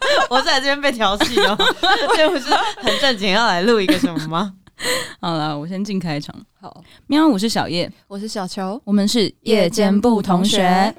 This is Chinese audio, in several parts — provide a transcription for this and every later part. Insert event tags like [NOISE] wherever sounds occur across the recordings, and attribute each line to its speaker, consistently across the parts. Speaker 1: [LAUGHS] 我在这边被调戏 [LAUGHS] 哦，这不是很正经要来录一个什么吗？
Speaker 2: 好了，我先进开场。
Speaker 3: 好，
Speaker 2: 喵，我是小叶，
Speaker 3: 我是小球，
Speaker 2: 我们是
Speaker 3: 夜间部同学。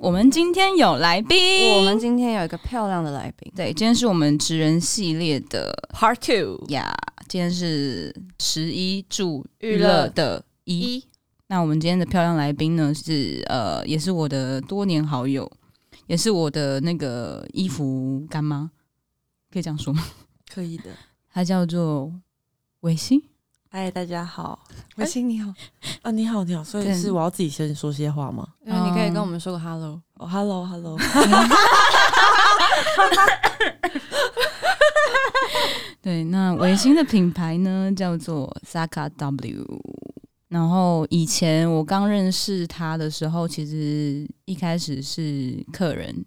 Speaker 2: 我们今天有来宾，
Speaker 3: 我们今天有一个漂亮的来宾
Speaker 2: 对，今天是我们职人系列的
Speaker 3: ，Part Two
Speaker 2: 呀，今天是十一住
Speaker 3: 娱
Speaker 2: 娱乐
Speaker 3: 乐
Speaker 2: 的一。
Speaker 3: 一，
Speaker 2: 那我们今天的漂亮来宾呢是呃，也是我的多年好友，也是我的那个衣服干妈，可以这样说吗？ [LAUGHS]
Speaker 3: 可以的。
Speaker 2: 她叫做维新。
Speaker 1: 嗨，大家好
Speaker 3: 维新你好，
Speaker 1: 啊，你好，你好，所以
Speaker 2: 对
Speaker 1: 是我要自己先说些话吗？
Speaker 3: 呃你可以
Speaker 2: 嗯
Speaker 3: 跟我们说个 Hello。
Speaker 1: 哦，hello，hello、h [LAUGHS] e l l o
Speaker 2: 对，那维新的品牌呢叫做 Saka W。然后以前我刚认识他的时候，其实一开始是客人，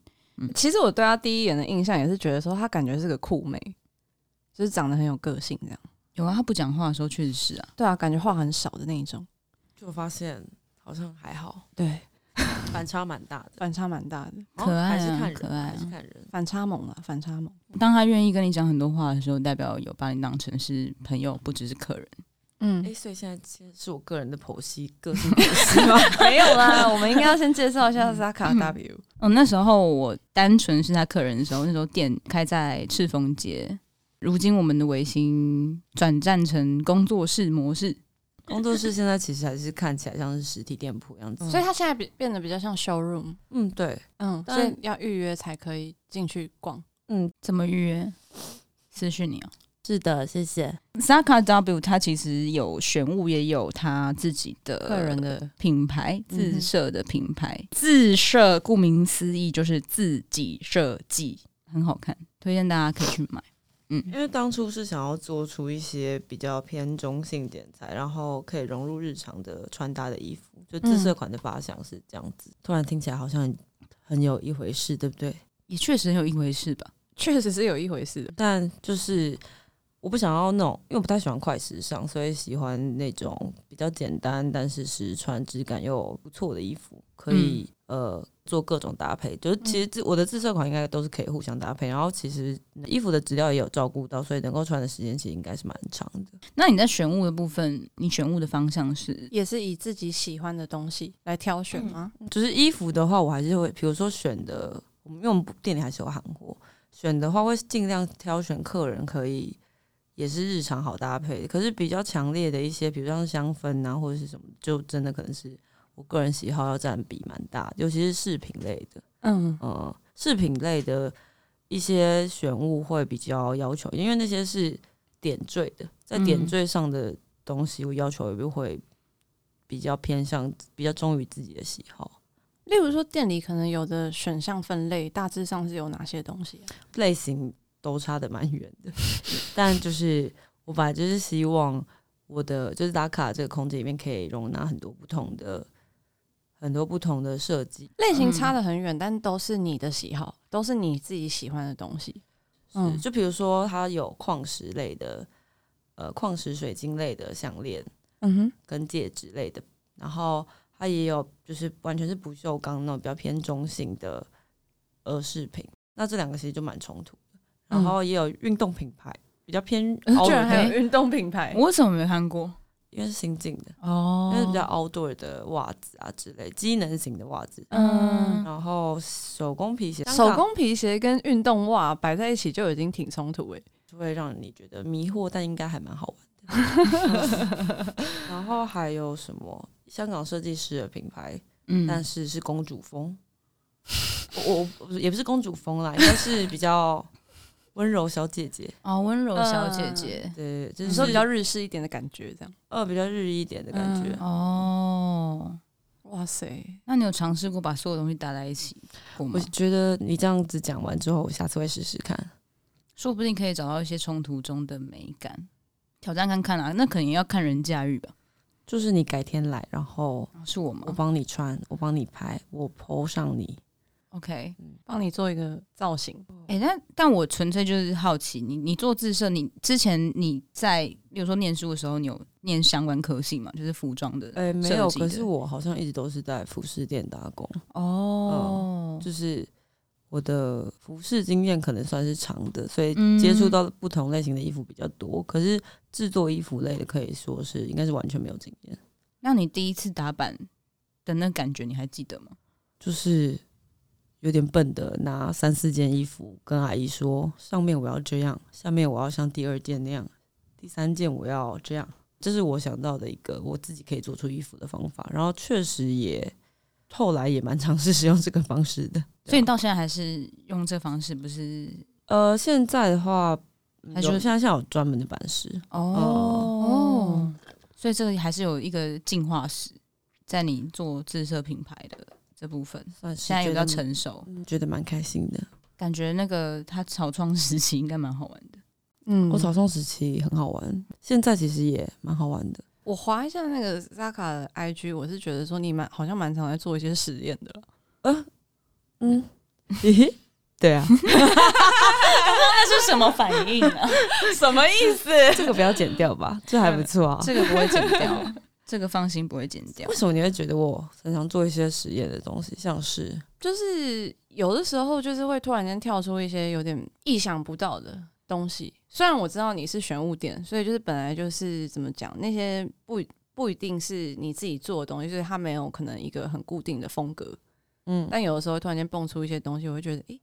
Speaker 3: 其实我对她第一眼的印象也是觉得说，她感觉是个酷妹，就是长得很有个性这样。
Speaker 2: 有啊，他不讲话的时候确实是啊，
Speaker 3: 对啊，感觉话很少的那一种。
Speaker 1: 就发现好像还好，
Speaker 3: 对，
Speaker 1: 反差蛮大的，
Speaker 3: 反差蛮大的，
Speaker 1: 好
Speaker 2: 可爱啊
Speaker 1: 还是看人，
Speaker 2: 可爱啊
Speaker 1: 还是看人。
Speaker 3: 反差萌了，啊反差萌。
Speaker 2: 当他愿意跟你讲很多话的时候，代表有把你当成是朋友，不只是客人。
Speaker 3: 嗯
Speaker 1: 哎、所以现在先是我个人的剖析，个性剖析吗？
Speaker 3: [LAUGHS] 没有啦，我们应该要先介绍一下 Zaka
Speaker 2: 嗯
Speaker 3: W。
Speaker 2: 嗯，那时候我单纯是他客人的时候，那时候店开在赤峰街。如今我们的维新转战成工作室模式，
Speaker 1: [LAUGHS] 工作室现在其实还是看起来像是实体店铺样子。
Speaker 3: 所以她现在比变得比较像 showroom，
Speaker 1: 嗯，对，
Speaker 3: 嗯，
Speaker 1: 但
Speaker 3: 所以要预约才可以进去逛。
Speaker 1: 嗯，
Speaker 2: 怎么预约？私讯你哦。
Speaker 1: 是的，谢谢。
Speaker 2: Saka W 它其实有玄物，也有它自己的
Speaker 3: 客人的
Speaker 2: 品牌，
Speaker 3: 嗯哼
Speaker 2: 自设的品牌。自设顾名思义就是自己设计，很好看，推荐大家可以去买。嗯
Speaker 1: 因为当初是想要做出一些比较偏中性剪裁，然后可以融入日常的穿搭的衣服，就自设款的发想是这样子。突然听起来好像很很有一回事，对不对？
Speaker 2: 也确实很有一回事吧。
Speaker 3: 确实是有一回事的。
Speaker 1: 但就是我不想要那种，因为我不太喜欢快时尚，所以喜欢那种比较简单，但是实穿质感又不错的衣服，可以、呃做各种搭配。就是其实自我的自设款应该都是可以互相搭配，然后其实衣服的质量也有照顾到，所以能够穿的时间其实应该是蛮长的。
Speaker 2: 那你在选物的部分，你选物的方向是
Speaker 3: 也是以自己喜欢的东西来挑选吗？
Speaker 1: 就是衣服的话，我还是会，比如说选的，我们因为我们店里还是有韩货，选的话会尽量挑选客人可以也是日常好搭配。可是比较强烈的一些，比如像香氛啊或者是什么，就真的可能是我个人喜好要占比蛮大，尤其是饰品类的。
Speaker 3: 嗯，
Speaker 1: 呃，饰品类的一些选物会比较要求，因为那些是点缀的，在点
Speaker 2: 嗯
Speaker 1: 缀上的东西，我要求也会比较偏向，比较忠于自己的喜好。
Speaker 3: 例如说店里可能有的选项分类，大致上是有哪些东西啊、
Speaker 1: 类型都差得蛮远的， [LAUGHS] 但就是我本来就是希望我的就是打卡这个空间里面可以容纳很多不同的很多不同的设计，
Speaker 3: 类型差得很远，但都是你的喜好，都是你自己喜欢的东西。嗯
Speaker 1: 嗯，就比如说它有矿石类的，呃，矿石水晶类的项链
Speaker 3: 嗯哼，
Speaker 1: 跟戒指类的，然后它也有就是完全是不锈钢那种比较偏中性的呃饰品，那这两个其实就蛮冲突的，然
Speaker 3: 嗯
Speaker 1: 后也有运动品牌比较偏
Speaker 3: 呃
Speaker 1: outdoor
Speaker 3: 居
Speaker 1: 的
Speaker 3: 然还有运动品牌，
Speaker 2: 我怎么没看过？
Speaker 1: 因为是新进的。
Speaker 2: 哦
Speaker 1: 因为比较 outdoor 的袜子啊之类，机能型的袜子，
Speaker 3: 嗯
Speaker 1: 然后手工皮鞋，
Speaker 3: 手工皮鞋跟运动袜摆在一起就已经挺冲突诶、欸
Speaker 1: 就会让你觉得迷惑，但应该还蛮好玩
Speaker 3: [LAUGHS]
Speaker 1: 的。然后还有什么香港设计师的品牌，
Speaker 2: 嗯
Speaker 1: 但是是公主风，我我我也不是公主风啦，应该是比较温柔小姐姐，
Speaker 2: 哦，温柔小姐姐、
Speaker 1: 对，就
Speaker 3: 你
Speaker 1: 是
Speaker 3: 说比较日式一点的感觉，这样。
Speaker 1: 呃比较日一点的感觉。
Speaker 2: 呃
Speaker 3: 嗯
Speaker 2: 哦。
Speaker 3: 哇塞，
Speaker 2: 那你有尝试过把所有东西搭在一起过
Speaker 1: 我
Speaker 2: 吗？
Speaker 1: 觉得你这样子讲完之后，我下次会试试看。
Speaker 2: 说不定可以找到一些冲突中的美感，挑战看看啊。那可能也要看人驾驭吧。
Speaker 1: 就是你改天来，然后
Speaker 2: 是我吗
Speaker 1: 我？帮你穿，我帮你拍，我 PO 上你，
Speaker 2: OK，
Speaker 3: 帮你做一个造型。
Speaker 2: 哎、但但我纯粹就是好奇，你你做自设，你之前你在，比如说念书的时候，你有念相关科系嘛？就是服装的。
Speaker 1: 哎、没有，
Speaker 2: 设计的
Speaker 1: 可是我好像一直都是在服饰店打工，
Speaker 2: 哦，
Speaker 1: 就是我的服饰经验可能算是长的，所以
Speaker 2: 嗯
Speaker 1: 接触到不同类型的衣服比较多。可是制作衣服类的可以说是应该是完全没有经验，
Speaker 2: 那你第一次打版的那感觉你还记得吗？
Speaker 1: 就是有点笨的拿三四件衣服跟阿姨说，上面我要这样，下面我要像第二件那样，第三件我要这样。这是我想到的一个我自己可以做出衣服的方法，然后确实也后来也蛮尝试使用这个方式的。
Speaker 2: 所以你到现在还是用这方式，不是？
Speaker 1: 呃，现在的话，嗯有
Speaker 2: 还是
Speaker 1: 现在现在有专门的版式，
Speaker 2: 哦
Speaker 1: 哦
Speaker 2: 所以这个还是有一个进化史，在你做自设品牌的这部分，
Speaker 1: 算是
Speaker 2: 现在有比较
Speaker 1: 觉得
Speaker 2: 成熟，
Speaker 1: 嗯觉得蛮开心的。
Speaker 2: 感觉那个它草创时期应该蛮好玩的。
Speaker 3: 嗯
Speaker 1: 我草创时期很好玩，现在其实也蛮好玩的。
Speaker 3: 我划一下那个 Zaka 的 IG，我是觉得说你蛮好像蛮常在做一些实验的啦。
Speaker 1: 嗯，嘿嘿 [LAUGHS] 对啊，
Speaker 2: 那是什么反应啊？
Speaker 3: [LAUGHS] 什么意思？
Speaker 1: 这个不要剪掉 [LAUGHS] 吧，这还不错啊。
Speaker 2: [LAUGHS] 这个不会剪掉，这个放心不会剪掉
Speaker 1: 为。什么你会觉得我常常做一些实验的东西，像是
Speaker 3: 就是有的时候就是会突然间跳出一些有点意想不到的东西。虽然我知道你是玄武店，所以就是本来就是怎么讲，那些不不一定是你自己做的东西，就是它没有可能一个很固定的风格。
Speaker 1: 嗯，
Speaker 3: 但有的时候突然间蹦出一些东西，我会觉得，诶、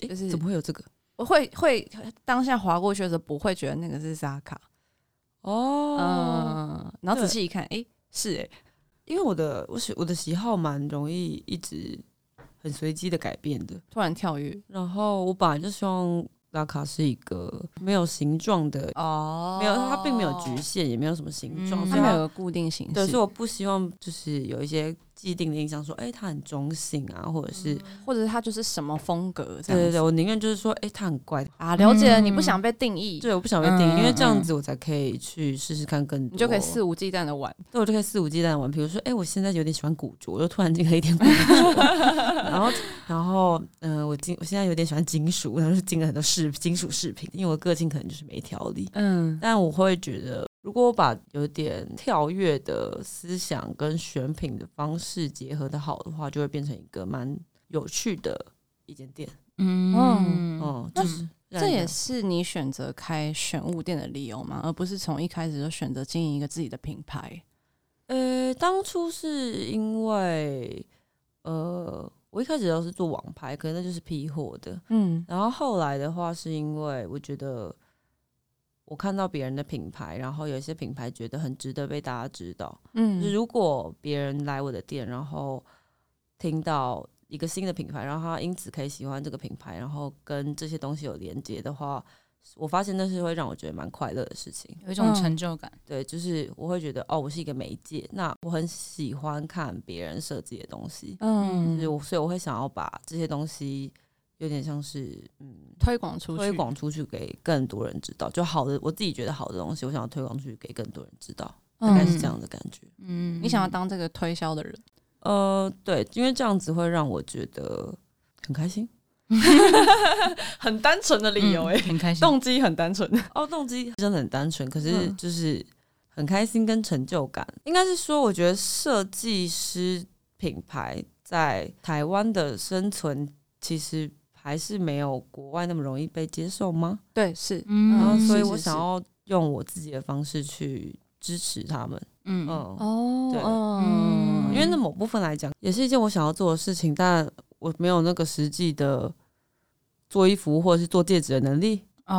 Speaker 1: 诶
Speaker 3: 就是
Speaker 1: 怎么会有这个？
Speaker 3: 我会会当下划过去的时候不会觉得那个是 Zaka，
Speaker 1: 哦，欸
Speaker 3: 嗯，然后仔细一看，诶、是诶、
Speaker 1: 因为我的我喜我的喜好蛮容易一直很随机的改变的，
Speaker 3: 突然跳跃
Speaker 1: 然后我本来就希望拉卡是一个没有形状的
Speaker 3: 哦
Speaker 1: 没有，它并没有局，限，也没有什么形状，
Speaker 2: 嗯
Speaker 1: 所
Speaker 3: 它
Speaker 1: 以
Speaker 3: 没
Speaker 1: 它
Speaker 3: 有个固定形式，
Speaker 1: 对，所以我不希望就是有一些既定的印象说，哎、它很中性啊，或者是、
Speaker 3: 或者它就是什么风格这
Speaker 1: 对
Speaker 3: 样
Speaker 1: 对
Speaker 3: 子
Speaker 1: 对，我宁愿就是说，哎、它很怪，
Speaker 3: 啊，了解了，
Speaker 2: 嗯
Speaker 3: 你不想被定义，
Speaker 1: 对，我不想被定义，因为这
Speaker 2: 嗯嗯
Speaker 1: 样
Speaker 2: 嗯
Speaker 1: 子我才可以去试试看更多，
Speaker 3: 你就可以肆无忌惮的玩，
Speaker 1: 对，我就可以肆无忌惮地玩。比如说，哎、我现在有点喜欢古着，我就突然进了一点古
Speaker 3: [LAUGHS]
Speaker 1: 着，然后然后嗯、呃我今我现在有点喜欢金属，然后就进了很多饰金属饰品，因为我个性可能就是没条理，
Speaker 3: 嗯，
Speaker 1: 但我会觉得，如果我把有点跳跃的思想跟选品的方式结合的好的话，就会变成一个蛮有趣的一间店。
Speaker 3: 哦
Speaker 2: 嗯
Speaker 1: 嗯，就是让
Speaker 3: 这
Speaker 1: 人
Speaker 3: 也
Speaker 1: 家
Speaker 3: 是你选择开选物店的理由嘛，而不是从一开始就选择经营一个自己的品牌，
Speaker 1: 呃，当初是因为呃，我一开始都是做网拍，可能那就是批货的。
Speaker 3: 嗯
Speaker 1: 然后后来的话，是因为我觉得我看到别人的品牌，然后有一些品牌觉得很值得被大家知道，就是
Speaker 3: 嗯
Speaker 1: 如果别人来我的店，然后听到一个新的品牌，然后他因此可以喜欢这个品牌，然后跟这些东西有连接的话，我发现那是会让我觉得蛮快乐的事情。
Speaker 2: 有一种成就感。
Speaker 1: 对，就是我会觉得哦，我是一个媒介，那我很喜欢看别人设计的东西，
Speaker 3: 嗯
Speaker 1: 就是我所以我会想要把这些东西有点像是嗯
Speaker 3: 推广出去，
Speaker 1: 推广出去给更多人知道，就好的我自己觉得好的东西，我想要推广出去给更多人知道，大概是这
Speaker 3: 嗯
Speaker 1: 样的感觉。
Speaker 2: 嗯，
Speaker 3: 你想要当这个推销的人，
Speaker 1: 呃，对，因为这样子会让我觉得很开
Speaker 3: [LAUGHS]
Speaker 1: 心。
Speaker 3: 很单纯的
Speaker 2: 嗯
Speaker 1: 欸
Speaker 2: 很开心。
Speaker 3: 欸动机很单纯，
Speaker 1: [LAUGHS] 哦，动机真的很单纯，可是
Speaker 3: 嗯
Speaker 1: 就是很开心跟成就感。应该是说，我觉得设计师品牌在台湾的生存，其实还是没有国外那么容易被接受吗？
Speaker 3: 对，是，
Speaker 2: 嗯，
Speaker 1: 然后，
Speaker 3: 是
Speaker 1: 所以
Speaker 3: 是
Speaker 1: 我
Speaker 3: 是
Speaker 1: 想要用我自己的方式去支持他们。
Speaker 2: 嗯
Speaker 1: 嗯，
Speaker 3: 哦
Speaker 1: 对
Speaker 2: 嗯
Speaker 1: 因为那某部分来讲，也是一件我想要做的事情，但我没有那个实际的做衣服或者是做戒指的能力。
Speaker 2: 哦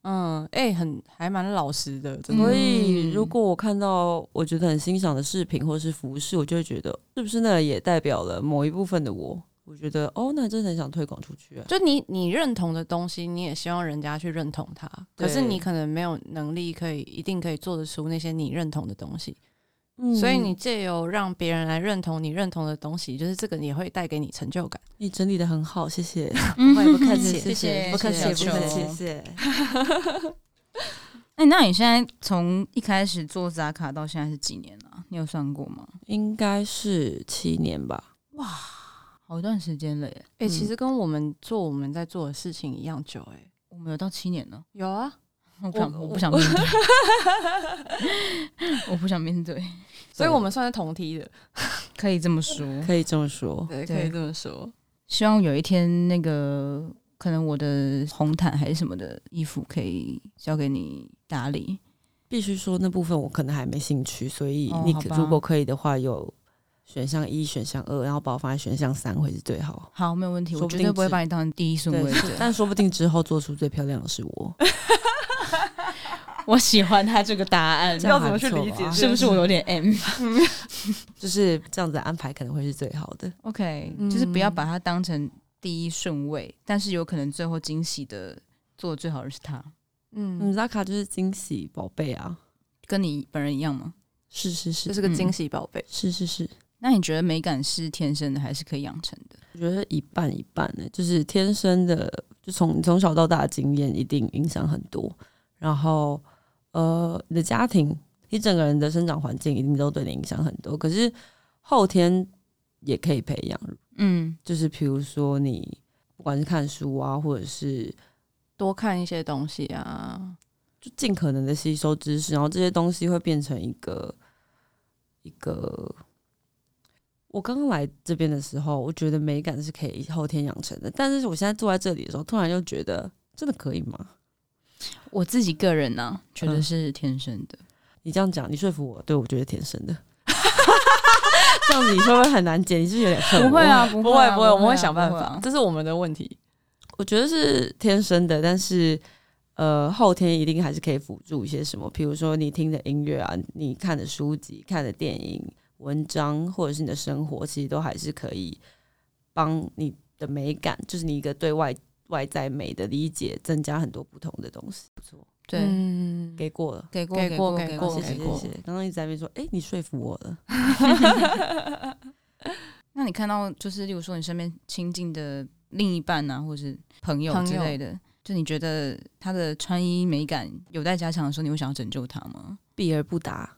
Speaker 3: 哦，嗯，哎、很还蛮老实的，真的
Speaker 1: 所以，
Speaker 2: 嗯
Speaker 1: 如果我看到我觉得很欣赏的饰品或是服饰，我就会觉得是不是那也代表了某一部分的我？我觉得哦，那真的很想推广出去、啊
Speaker 3: 就你你认同的东西，你也希望人家去认同它，可是
Speaker 1: 对
Speaker 3: 你可能没有能力可以一定可以做得出那些你认同的东西，
Speaker 2: 嗯
Speaker 3: 所以
Speaker 1: 嗯
Speaker 3: 你借由让别人来认同你认同的东西，就是这个也会带给你成就感。
Speaker 1: 你整理的很好，谢
Speaker 2: [LAUGHS]
Speaker 1: 谢，
Speaker 2: 不
Speaker 1: 会不客气
Speaker 2: 谢谢，
Speaker 1: 不客气，
Speaker 2: 谢
Speaker 1: 不
Speaker 2: 谢
Speaker 1: 客气，
Speaker 2: 小
Speaker 1: 谢
Speaker 2: 球
Speaker 1: 谢。
Speaker 2: 哎，那你现在从一开始做扎啊卡到现在是几年了？你有算过吗？
Speaker 1: 应该是七年吧？
Speaker 2: 哇，好一段时间了耶，
Speaker 3: 哎、
Speaker 1: 嗯
Speaker 3: 其实跟我们做我们在做的事情一样久、欸，哎，
Speaker 2: 我们有到七年了，
Speaker 3: 有啊，
Speaker 2: 我不想，
Speaker 3: 我
Speaker 2: 我不想面对，我不想面对，
Speaker 3: 所以我们算是同梯的，
Speaker 2: 可以这么说。
Speaker 1: 可以这么说。
Speaker 3: 对，
Speaker 2: 对
Speaker 3: 可以这么说。
Speaker 2: 希望有一天那个可能我的红毯还是什么的衣服可以交给你打理。
Speaker 1: 必须说那部分我可能还没兴趣，所以
Speaker 2: 哦
Speaker 1: 你
Speaker 2: 好吧
Speaker 1: 如果可以的话，有选项一、选项二，然后把我放在选项三会是最好。
Speaker 2: 好，没有问题，我
Speaker 1: 说不
Speaker 2: 绝
Speaker 1: 定
Speaker 2: 对不会
Speaker 1: 是
Speaker 2: 把你当成第一顺位
Speaker 1: 对，
Speaker 2: 的。 [LAUGHS]
Speaker 1: 但说不定之后做出最漂亮的是我，
Speaker 2: 我喜欢他这个答案
Speaker 1: 这样还不错吧
Speaker 3: 要怎么去理解
Speaker 2: [LAUGHS] 是不是我有点 M？
Speaker 1: 就是这样子安排可能会是最好的。
Speaker 2: OK，、
Speaker 3: 嗯
Speaker 2: 就是不要把它当成第一顺位，但是有可能最后惊喜的做最好的是他，
Speaker 1: 嗯，
Speaker 3: 嗯，
Speaker 1: 拉卡就是惊喜宝贝啊，
Speaker 2: 跟你本人一样吗？
Speaker 1: 是是是
Speaker 3: 这是个
Speaker 2: 嗯
Speaker 3: 惊喜宝贝。
Speaker 1: 是是是，
Speaker 2: 那你觉得美感是天生的还是可以养成的？
Speaker 1: 我觉得一半一半呢、就是天生的，就从从小到大的经验一定影响很多。然后，呃，你的家庭，你整个人的生长环境一定都对你影响很多。可是后天也可以培养，
Speaker 2: 嗯，
Speaker 1: 就是比如说你不管是看书啊，或者是
Speaker 3: 多看一些东西啊，
Speaker 1: 就尽可能的吸收知识，然后这些东西会变成一个一个。我刚刚来这边的时候，我觉得美感是可以后天养成的，但是我现在坐在这里的时候，突然又觉得真的可以吗？
Speaker 2: 我自己个人呢、觉得
Speaker 1: 嗯
Speaker 2: 是天生的。
Speaker 1: 你这样讲，你说服我，对我觉得天生的。 [LAUGHS] 这样子你会不会很难解？你是不是有点恨我？
Speaker 2: 不会啊，不
Speaker 3: 不
Speaker 2: 会
Speaker 3: 会
Speaker 2: 啊，
Speaker 3: 不会，我们会
Speaker 2: 啊
Speaker 3: 想办。
Speaker 2: 不
Speaker 3: 法
Speaker 2: 啊，
Speaker 3: 这是我们的问题。
Speaker 1: 我觉得是天生的，但是呃，后天一定还是可以辅助一些什么，比如说你听的音乐啊，你看的书籍、看的电影、文章，或者是你的生活，其实都还是可以帮你的美感，就是你一个对外外在美的理解，增加很多不同的东西。不错，
Speaker 2: 对，
Speaker 3: 嗯
Speaker 1: 给过了。
Speaker 2: 给过，
Speaker 3: 给过
Speaker 2: 给
Speaker 3: 给
Speaker 1: 好
Speaker 3: 过
Speaker 1: 谢
Speaker 2: 给
Speaker 1: 谢谢
Speaker 2: 过。
Speaker 1: 谢，刚刚一直在那边说，哎、你说服我了。
Speaker 2: 那你看到就是，例如说你身边亲近的另一半啊，或是朋友
Speaker 3: 朋
Speaker 2: 之
Speaker 3: 友
Speaker 2: 类的，就你觉得他的穿衣美感有待加强的时候，你会想要拯救他吗？
Speaker 1: 避而不答，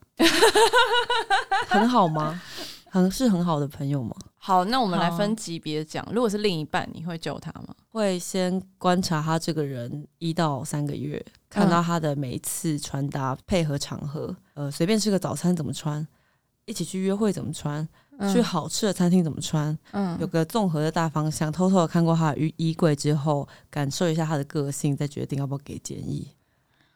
Speaker 1: 很好吗？很是很好的朋友吗？
Speaker 3: 好，那我们来
Speaker 2: 好
Speaker 3: 分级别讲。如果是另一半，你会救他吗？
Speaker 1: 会先观察他这个人一到三个月，
Speaker 3: 嗯
Speaker 1: 看到他的每一次穿搭配合场合，呃，随便吃个早餐怎么穿，一起去约会怎么穿，去好吃的餐厅怎么穿，
Speaker 3: 嗯
Speaker 1: 有个综合的大方向。偷偷的看过他的衣衣柜之后，感受一下他的个性，再决定要不要给建议。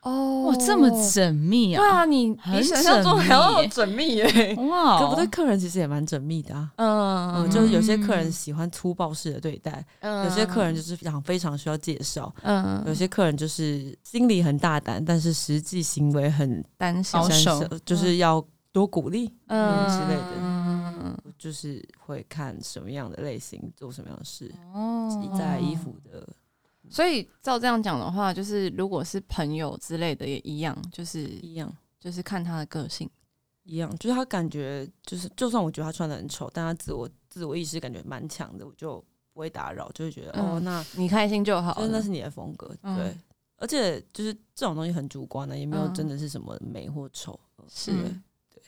Speaker 3: 哦
Speaker 2: 哇，这么缜密
Speaker 3: 对
Speaker 2: 啊！
Speaker 3: 啊，你
Speaker 2: 很
Speaker 3: 比想象中还要缜密耶。
Speaker 2: 哇哦
Speaker 1: 可我对客人其实也蛮缜密的啊。
Speaker 3: 嗯
Speaker 1: 嗯，就是有些客人喜欢粗暴式的对待，
Speaker 3: 嗯
Speaker 1: 有些客人就是非常非常需要介绍，
Speaker 3: 嗯
Speaker 1: 有些客人就是心里很大胆，但是实际行为很
Speaker 3: 胆
Speaker 2: 保守
Speaker 3: 小
Speaker 1: 谨慎就是要多鼓励，
Speaker 3: 嗯
Speaker 1: 之类的
Speaker 3: 嗯
Speaker 1: 就是会看什么样的类型做什么样的事，
Speaker 3: 嗯
Speaker 2: 哦
Speaker 1: 在衣服的
Speaker 3: 哦所以照这样讲的话，就是如果是朋友之类的也一样，就是
Speaker 1: 一样
Speaker 3: 就是看他的个性。
Speaker 1: 一样，就是他感觉就是，就算我觉得他穿的很丑，但他自我自我意识感觉蛮强的，我就不会打扰，就会觉得、
Speaker 3: 嗯
Speaker 1: 哦，那
Speaker 3: 你开心就好
Speaker 1: 就是那
Speaker 3: 了
Speaker 1: 是。你的风格，
Speaker 3: 嗯
Speaker 1: 对。而且就是这种东西很主观啊的、也没有
Speaker 3: 嗯
Speaker 1: 真的是什么美或丑，呃
Speaker 3: 是
Speaker 1: 对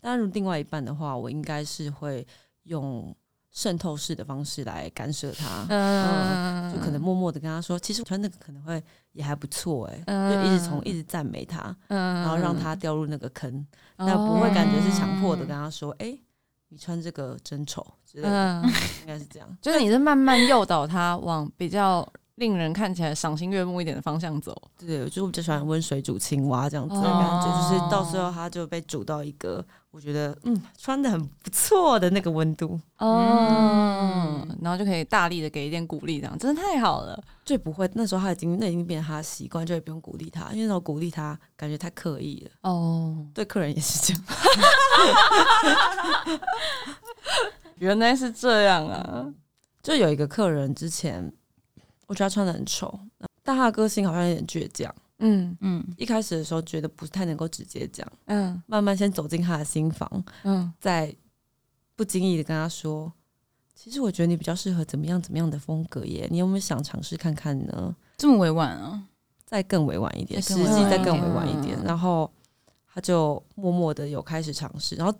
Speaker 1: 但如另外一半的话，我应该是会用渗透式的方式来干涉他，
Speaker 3: 嗯，
Speaker 1: 就可能默默的跟他说，其实我穿那个可能会也还不错哎、
Speaker 3: 嗯
Speaker 1: 就一直从一直赞美他，
Speaker 3: 嗯，
Speaker 1: 然后让他掉入那个坑，
Speaker 3: 嗯
Speaker 1: 但不会感觉是强迫的跟。他说，哎、你穿这个真丑之类的，
Speaker 3: 嗯，
Speaker 1: 应该是这样。
Speaker 3: 就是你是慢慢诱导他往比较令人看起来赏心悦目一点的方向走。
Speaker 1: 对，我就比较喜欢温水煮青蛙这样子的感觉，
Speaker 2: 哦
Speaker 1: 就是到时候他就被煮到一个我觉得嗯穿的很不错的那个温度，
Speaker 3: 哦，然后就可以大力的给一点鼓励，这样真的太好了。
Speaker 1: 最不会那时候他已经那已经变成他的习惯，就也不用鼓励他，因为那种鼓励他感觉太刻意了，
Speaker 3: 哦，
Speaker 1: 对客人也是这样。
Speaker 3: 原来是这样啊。
Speaker 1: 就有一个客人之前，我觉得他穿的很丑，但他的个性好像有点倔强。
Speaker 3: 嗯
Speaker 2: 嗯，
Speaker 1: 一开始的时候觉得不太能够直接讲，
Speaker 3: 嗯
Speaker 1: 慢慢先走进他的心房，
Speaker 3: 嗯，
Speaker 1: 再不经意的跟他说：“其实我觉得你比较适合怎么样怎么样的风格耶，你有没有想尝试看看呢
Speaker 2: 这么委婉啊？？”
Speaker 1: 再更委婉一点，
Speaker 2: 再
Speaker 1: 实
Speaker 2: 更委婉
Speaker 1: 际
Speaker 2: 一
Speaker 1: 再
Speaker 2: 点
Speaker 1: 更委婉一点，
Speaker 3: 嗯
Speaker 1: 然后他就默默的有开始尝试，然后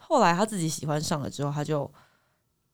Speaker 1: 后来他自己喜欢上了之后，他就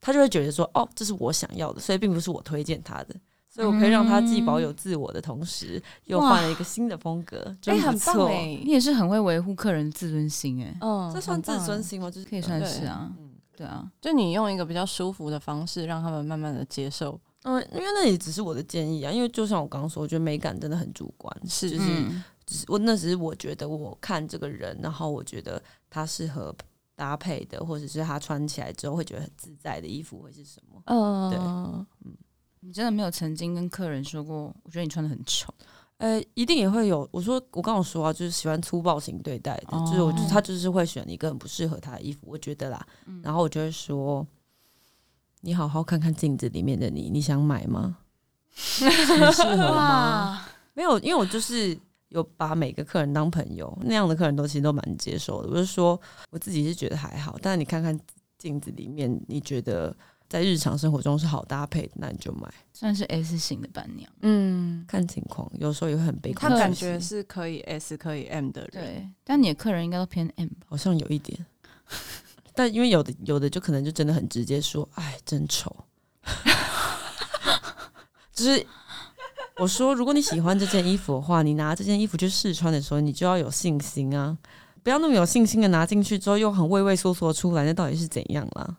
Speaker 1: 他就会觉得说，哦，这是我想要的，所以并不是我推荐他的，所以我可以让他既保
Speaker 2: 嗯
Speaker 1: 有自我的同时，又换了一个新的风格，就
Speaker 3: 哎、
Speaker 1: 不
Speaker 3: 很棒
Speaker 1: 错。
Speaker 3: 哎、
Speaker 2: 你也是很会维护客人自尊心哎、
Speaker 3: 嗯
Speaker 1: 这算自尊
Speaker 3: 心，
Speaker 1: 心吗？就是
Speaker 2: 欸可以算是啊，
Speaker 1: 嗯
Speaker 2: 对啊，
Speaker 3: 就你用一个比较舒服的方式，让他们慢慢的接受。
Speaker 1: 嗯，因为那也只是我的建议啊，因为就像我刚刚说，我觉得美感真的很主观，
Speaker 3: 是
Speaker 1: 就是
Speaker 2: 嗯，
Speaker 1: 只是我那只是我觉得我看这个人，然后我觉得他适合搭配的，或者是他穿起来之后会觉得很自在的衣服会是什么？
Speaker 3: 嗯
Speaker 1: 对
Speaker 2: 你真的没有曾经跟客人说过，我觉得你穿的很丑，
Speaker 1: 呃，一定也会有。我说我刚有说啊，就是喜欢粗暴型对待的，
Speaker 2: 哦
Speaker 1: 就是我就是他就是会选一个很不适合他的衣服，我觉得啦。然后我就会说，你好好看看镜子里面的你，你想买吗？你适合
Speaker 2: [LAUGHS]
Speaker 1: 吗？
Speaker 3: 哇，
Speaker 1: 没有，因为我就是有把每个客人当朋友，那样的客人都其实都蛮接受的。我就说我自己是觉得还好，但你看看镜子里面，你觉得在日常生活中是好搭配的，那你就买，
Speaker 2: 算是 S 型的伴娘。
Speaker 3: 嗯，
Speaker 1: 看情况。有时候也会很悲
Speaker 3: 他
Speaker 1: 观，
Speaker 3: 感觉是可以 S 可以 M 的人，
Speaker 2: 对，但你的客人应该都偏 M 吧？
Speaker 1: 好像有一点， [LAUGHS] 但因为有的有的就可能就真的很直接说，哎，真丑， [LAUGHS] 就是。我说，如果你喜欢这件衣服的话，你拿这件衣服去试穿的时候，你就要有信心啊！不要那么有信心的拿进去之后，又很畏畏缩缩出来，那到底是怎样啦？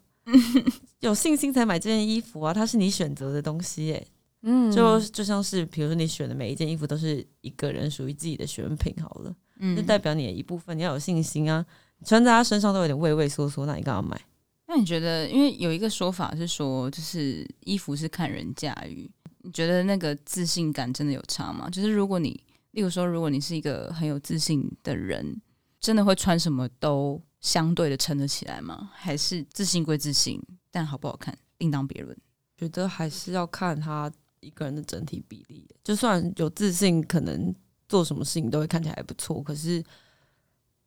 Speaker 1: 有信心才买这件衣服啊，它是你选择的东西耶、
Speaker 3: 嗯
Speaker 1: 就就像是比如说你选的每一件衣服都是一个人属于自己的选品好了。
Speaker 2: 嗯
Speaker 1: 就代表你的一部分，你要有信心啊！你穿在他身上都有点畏畏缩缩，那你干嘛买？
Speaker 2: 那你觉得，因为有一个说法是说，就是衣服是看人驾驭，你觉得那个自信感真的有差吗？就是如果你，例如说，如果你是一个很有自信的人，真的会穿什么都相对的撑得起来吗？还是自信归自信，但好不好看另当别论？
Speaker 1: 觉得还是要看他一个人的整体比例。就算有自信，可能做什么事情都会看起来还不错，可是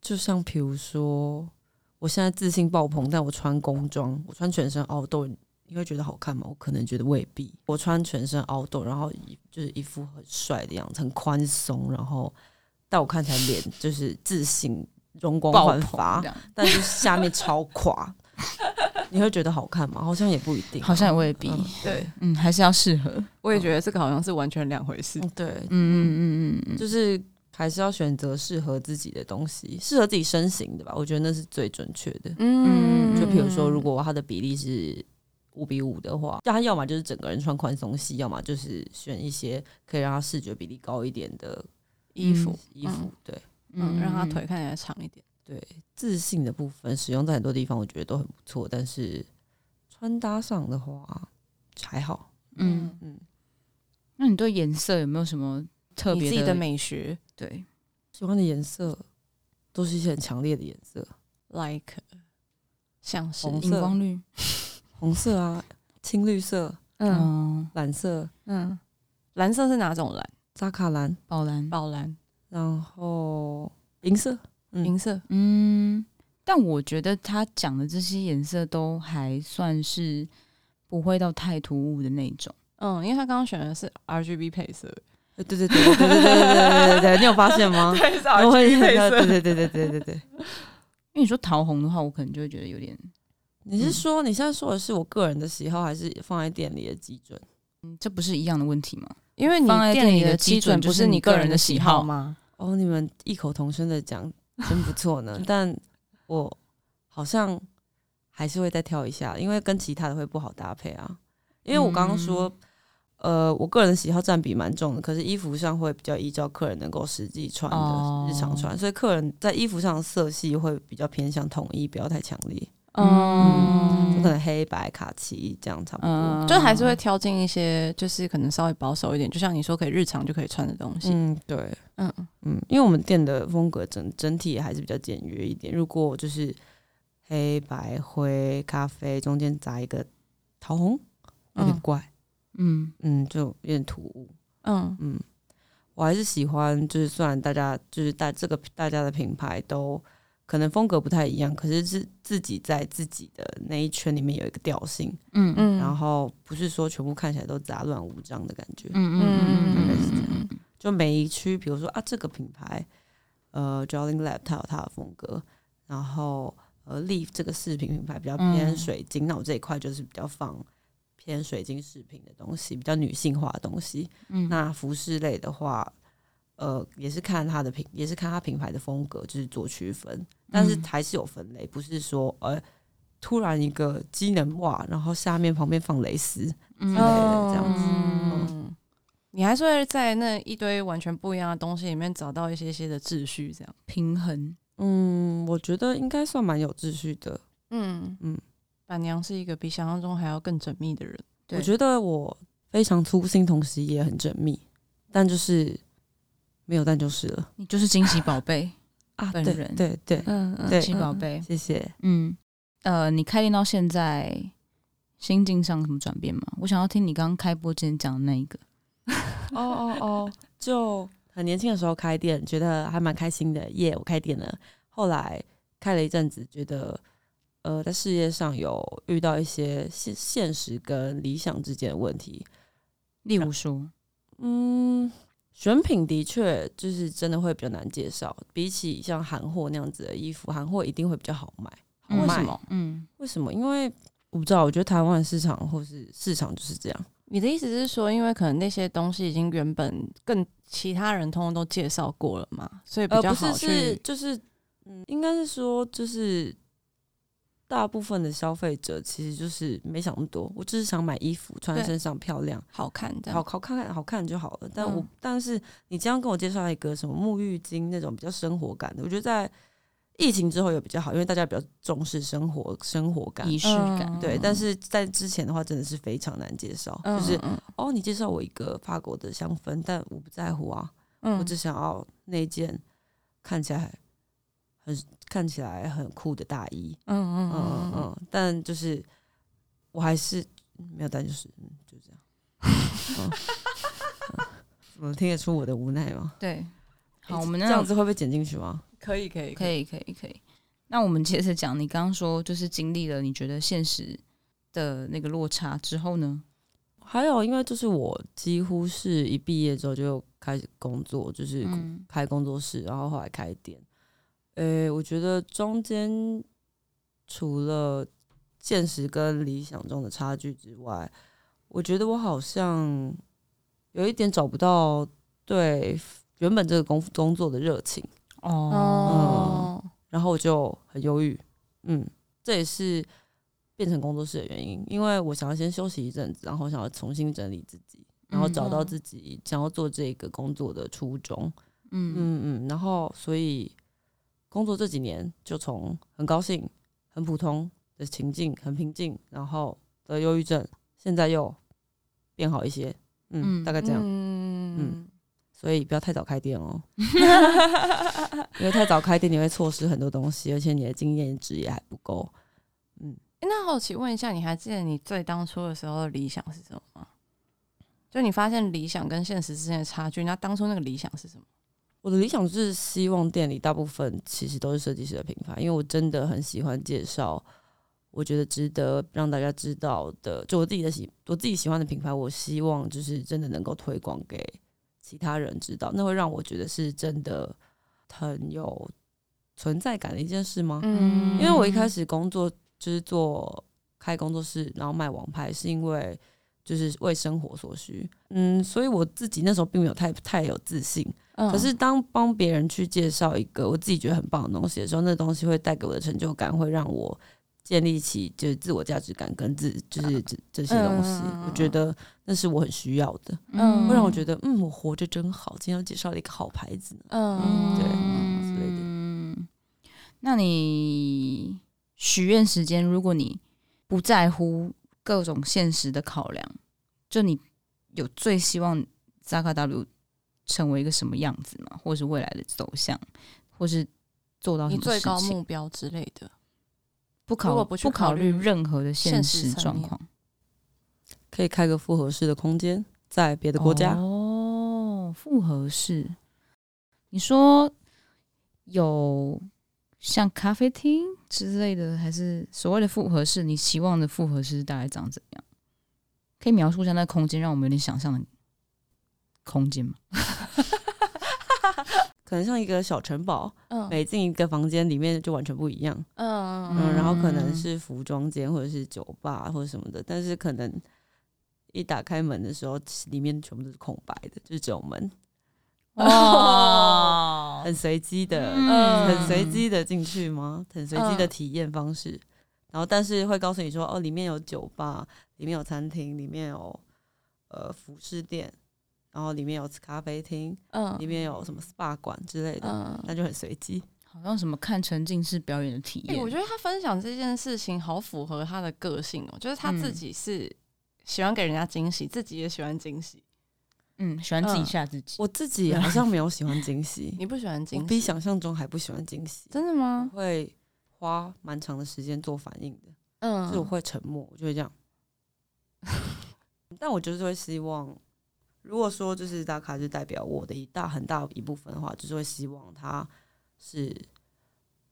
Speaker 1: 就像比如说，我现在自信爆棚，但我穿工装，我穿全身凹豆，你会觉得好看吗？我可能觉得未必。我穿全身凹豆，然后一就是一副很帅的样子，很宽松，然后但我看起来脸就是自信容光
Speaker 2: 爆
Speaker 1: 焕
Speaker 2: 棚
Speaker 1: 发
Speaker 3: 啊
Speaker 2: 这，样，
Speaker 1: 但是下面超垮，你会觉得好看吗？好像也不一定，
Speaker 2: 好像也未必。
Speaker 1: 嗯
Speaker 3: 对，
Speaker 2: 嗯，还是要适合。
Speaker 3: 我也觉得这个好像是完全两回事。
Speaker 1: 嗯对，
Speaker 2: 嗯嗯嗯嗯嗯，
Speaker 1: 就是还是要选择适合自己的东西，适合自己身形的吧。我觉得那是最准确的。
Speaker 2: 嗯
Speaker 1: 就比如说，如果它的比例是五比五的话，那他要么就是整个人穿宽松系，要么就是选一些可以让他视觉比例高一点的
Speaker 2: 嗯
Speaker 3: 衣服，
Speaker 1: 衣服。对，
Speaker 3: 嗯，让他腿看起来长一点。
Speaker 1: 自信的部分使用在很多地方，我觉得都很不错。但是穿搭上的话还好，
Speaker 2: 嗯。
Speaker 1: 嗯。
Speaker 2: 那你对颜色有没有什么特
Speaker 3: 你
Speaker 2: 别
Speaker 3: 自己的？美学
Speaker 2: 对，
Speaker 1: 喜欢的颜色都是一些很强烈的颜色，
Speaker 3: ，like 像是
Speaker 1: 红色
Speaker 2: 荧光绿。
Speaker 1: 红色啊、青绿色、
Speaker 3: 嗯
Speaker 2: 哦，
Speaker 1: 蓝色、
Speaker 3: 嗯，蓝色是哪种蓝？
Speaker 1: 扎卡蓝，
Speaker 2: 宝蓝，
Speaker 3: 宝蓝、
Speaker 1: 然后银色。嗯
Speaker 3: 银色，
Speaker 2: 嗯，但我觉得他讲的这些颜色都还算是不会到太突兀的那种。
Speaker 3: 嗯，因为他刚刚选的是 R G B 配色，
Speaker 1: 呃对对对对对对对对对对，你有发现吗？
Speaker 3: [LAUGHS] 对，是
Speaker 1: 我会
Speaker 3: RGB
Speaker 1: 对对对对对对对。
Speaker 2: 因为你说桃红的话，我可能就会觉得有点，
Speaker 1: 你是说你现在说的是我个人的喜好，还是放在店里的基准？
Speaker 2: 嗯，这不是一样的问题吗？
Speaker 3: 因为你
Speaker 2: 放在
Speaker 3: 店
Speaker 2: 店
Speaker 3: 里
Speaker 2: 里的
Speaker 3: 基
Speaker 2: 基准
Speaker 3: 不
Speaker 2: 就是是你
Speaker 3: 个
Speaker 2: 个
Speaker 3: 人
Speaker 2: 人
Speaker 3: 的
Speaker 2: 的
Speaker 3: 喜
Speaker 2: 喜好
Speaker 3: 吗？
Speaker 1: 哦，你们异口同声的
Speaker 2: [LAUGHS]
Speaker 1: 讲，真不错呢。但我好像还是会再挑一下，因为跟其他的会不好搭配啊。因为我刚刚说，
Speaker 2: 嗯
Speaker 1: 呃，我个人喜好占比蛮重的，可是衣服上会比较依照客人能够实际穿的、
Speaker 2: 哦
Speaker 1: 日常穿，所以客人在衣服上的色系会比较偏向统一，不要太强烈，
Speaker 2: 哦嗯
Speaker 1: 就可能黑白、卡其这样差不多。
Speaker 2: 嗯，
Speaker 3: 就还是会挑进一些，就是可能稍微保守一点，就像你说可以日常就可以穿的东西。
Speaker 1: 嗯，对。
Speaker 3: 嗯，
Speaker 1: 嗯，因为我们店的风格整整体也还是比较简约一点。如果就是黑白灰咖啡中间杂一个桃红，有点
Speaker 3: 嗯
Speaker 1: 怪，
Speaker 2: 嗯，
Speaker 1: 嗯就有点突兀。
Speaker 3: 嗯
Speaker 1: 嗯，我还是喜欢，就是虽然大家就是大这个大家的品牌都可能风格不太一样，可是是自己在自己的那一圈里面有一个调性，
Speaker 2: 嗯嗯
Speaker 3: 嗯，
Speaker 1: 然后不是说全部看起来都杂乱无章的感觉。
Speaker 2: 嗯
Speaker 3: 嗯
Speaker 1: 大概是这
Speaker 2: 嗯
Speaker 1: 样。就每一区，比如说啊，这个品牌，呃 j o l l i n Lab 它有它的风格，然后呃 Leaf 这个饰品品牌比较
Speaker 2: 嗯
Speaker 1: 偏水晶，那我这一块就是比较放偏水晶饰品的东西，比较女性化的东西。
Speaker 2: 嗯
Speaker 1: 那服饰类的话，呃，也是看它的品，也是看它品牌的风格，就是做区分，但是
Speaker 2: 嗯
Speaker 1: 还是有分类，不是说呃突然一个机能袜，然后下面旁边放蕾丝，
Speaker 2: 嗯
Speaker 1: 之类的这样
Speaker 2: 子
Speaker 3: 嗯你还是会在那一堆完全不一样的东西里面找到一些些的秩序，这样。
Speaker 2: 平衡，
Speaker 1: 嗯，我觉得应该算蛮有秩序的。
Speaker 3: 嗯嗯
Speaker 1: 嗯，
Speaker 3: 板娘是一个比想象中还要更缜密的人。
Speaker 2: 对
Speaker 1: 我觉得我非常粗心，同时也很缜密，但就是没有，但就是了
Speaker 2: 你就是惊喜宝 [LAUGHS] 贝，
Speaker 1: 啊！
Speaker 2: 本
Speaker 1: 对
Speaker 2: 人
Speaker 1: 对对，
Speaker 3: 嗯嗯
Speaker 1: 对
Speaker 2: 惊喜宝贝，
Speaker 1: 谢谢。
Speaker 2: 嗯，呃，你开店到现在，心境上有什么转变吗？我想要听你刚刚开播之前讲的那一个，
Speaker 1: 哦哦哦， [LAUGHS] 就很年轻的时候开店，觉得还蛮开心的，耶、我开店了。后来开了一阵子，觉得呃，在事业上有遇到一些现现实跟理想之间的问题，
Speaker 2: 例如说，
Speaker 1: 嗯，选品的确就是真的会比较难介绍，比起像韩货那样子的衣服，韩货一定会比较好卖。好
Speaker 2: 嗯
Speaker 1: 卖
Speaker 3: 为什么？
Speaker 2: 嗯，
Speaker 1: 为什么？因为我不知道，我觉得台湾的市场或是市场就是这样。
Speaker 3: 你的意思是说，因为可能那些东西已经原本跟其他人通通都介绍过了嘛，所以比
Speaker 1: 呃，
Speaker 3: 较
Speaker 1: 不
Speaker 3: 好
Speaker 1: 是，
Speaker 3: 去。
Speaker 1: 是就是，嗯，应该是说就是。大部分的消费者其实就是没想那么多，我只是想买衣服穿在
Speaker 3: 对
Speaker 1: 身上漂亮，
Speaker 3: 好看这
Speaker 1: 好
Speaker 3: 样。
Speaker 1: 好看看好看就好了。但我、
Speaker 3: 嗯
Speaker 1: 但是你这样跟我介绍一个什么沐浴巾那种比较生活感的，我觉得在疫情之后有比较好，因为大家比较重视生活生活感。
Speaker 2: 仪式感，
Speaker 3: 嗯
Speaker 1: 对，但是在之前的话，真的是非常难介绍。
Speaker 3: 嗯
Speaker 1: 就是
Speaker 3: 嗯
Speaker 1: 哦，你介绍我一个法国的香氛，但我不在乎啊，
Speaker 3: 嗯
Speaker 1: 我只想要那件看起来很看起来很酷的大衣。
Speaker 3: 嗯嗯
Speaker 1: 嗯嗯
Speaker 3: 嗯
Speaker 1: 嗯，但就是我还是没有，但就是嗯，就这样。 [LAUGHS] 嗯嗯我听得出我的无奈吗？
Speaker 2: 对，好，
Speaker 1: 诶
Speaker 2: 我们
Speaker 1: 这
Speaker 2: 那
Speaker 1: 样子会被剪进去吗？
Speaker 3: 可以可以
Speaker 2: 可
Speaker 3: 以。
Speaker 2: 以，可以，可以。那我们接着讲，你刚刚说就是经历了你觉得现实的那个落差之后呢？
Speaker 1: 还有，因为就是我几乎是一毕业之后就开始工作，就是
Speaker 2: 嗯
Speaker 1: 开工作室，然后后来开店。诶、我觉得中间除了现实跟理想中的差距之外，我觉得我好像有一点找不到对原本这个工工作的热情，
Speaker 2: 嗯
Speaker 3: 嗯
Speaker 2: 哦，
Speaker 3: 哦，
Speaker 1: 然后我就很忧郁。嗯，这也是变成工作室的原因，因为我想要先休息一阵子，然后想要重新整理自己，然后找到自己想要做这个工作的初衷。
Speaker 2: 嗯
Speaker 1: 嗯嗯，然后所以工作这几年就从很高兴、很普通的情境、很平静，然后得忧郁症，现在又变好一些。嗯，
Speaker 2: 嗯
Speaker 1: 大概这样。
Speaker 3: 嗯
Speaker 1: 所以不要太早开店哦， [LAUGHS] 因为太早开店你会错失很多东西，而且你的经验值也还不够。
Speaker 3: 诶那好奇问一下，你还记得你最当初的时候的理想是什么吗？就你发现理想跟现实之间的差距，那当初那个理想是什么？
Speaker 1: 我的理想是希望店里大部分其实都是设计师的品牌，因为我真的很喜欢介绍，我觉得值得让大家知道的，就我自己的喜我自己喜欢的品牌，我希望就是真的能够推广给其他人知道，那会让我觉得是真的很有存在感的一件事吗？
Speaker 2: 嗯
Speaker 1: 因为我一开始工作就是做开工作室，然后卖网拍，是因为就是为生活所需，嗯，所以我自己那时候并没有太太有自信。
Speaker 3: 嗯
Speaker 1: 可是当帮别人去介绍一个我自己觉得很棒的东西的时候，那东西会带给我的成就感，会让我建立起就是自我价值感跟自就是这这些东西，
Speaker 3: 嗯
Speaker 1: 我觉得那是我很需要的，
Speaker 3: 嗯
Speaker 1: 会让我觉得嗯，我活着真好，今天又介绍了一个好牌子呢。
Speaker 3: 嗯
Speaker 1: 对之类的
Speaker 2: 嗯，那你许愿时间，如果你不在乎各种现实的考量，就你有最希望 Zaka W 成为一个什么样子吗？或是未来的走向，或是做到什
Speaker 3: 你
Speaker 2: 么
Speaker 3: 最
Speaker 2: 事
Speaker 3: 高
Speaker 2: 情？
Speaker 3: 目标之类的。
Speaker 2: 不
Speaker 3: 如
Speaker 2: 考
Speaker 3: 果不去
Speaker 2: 不考
Speaker 3: 考虑
Speaker 2: 虑任何的现
Speaker 3: 现实
Speaker 2: 实
Speaker 3: 层
Speaker 2: 状
Speaker 3: 面
Speaker 2: 况
Speaker 1: 可以开个复合式的空间，在别的国家，
Speaker 2: 哦，复合式。你说有像咖啡厅之类的，还是所谓的复合式？你期望的复合式大概长怎样？可以描述一下那个
Speaker 3: [LAUGHS]
Speaker 2: 空间，让我们有点想象的空间吗？
Speaker 1: 可能像一个小城堡，
Speaker 3: 嗯
Speaker 1: 每进一个房间里面就完全不一样。
Speaker 3: 嗯
Speaker 1: 嗯，然后可能
Speaker 2: 嗯
Speaker 1: 是服装间或者是酒吧或者什么的，但是可能一打开门的时候，里面全部都是空白的，就是只有门，嗯 [LAUGHS]
Speaker 2: 哇，
Speaker 1: 很随机的，
Speaker 3: 哦嗯
Speaker 1: 很随机的进去吗？很随机的
Speaker 3: 嗯
Speaker 1: 体验方式。然后，但是会告诉你说，哦，里面有酒吧，里面有餐厅，里面有呃服饰店，然后里面有咖啡厅，
Speaker 3: 嗯
Speaker 1: 里面有什么 SPA 馆之类的，
Speaker 3: 嗯。
Speaker 1: 那就很随机。
Speaker 2: 好像什么看沉浸式表演的体
Speaker 3: 哎、
Speaker 2: 验，
Speaker 3: 我觉得他分享这件事情好符合他的个性哦，就是他自
Speaker 2: 嗯
Speaker 3: 己是喜欢给人家惊喜，自己也喜欢惊喜。
Speaker 2: 嗯，喜欢自己
Speaker 3: 嗯
Speaker 2: 吓自己，
Speaker 1: 我自己好像没有喜 [LAUGHS] 欢惊喜，
Speaker 3: 你不喜欢
Speaker 1: 我
Speaker 3: 惊
Speaker 1: 比
Speaker 3: 喜？
Speaker 1: 想象中还不喜欢惊喜。
Speaker 3: 真的吗？
Speaker 1: 会花蛮长的时间做反应的，
Speaker 3: 嗯
Speaker 1: 就是我会沉默，我就会这样。 [LAUGHS] 但我就是会希望，如果说就是打卡就代表我的一大很大一部分的话，就是会希望它是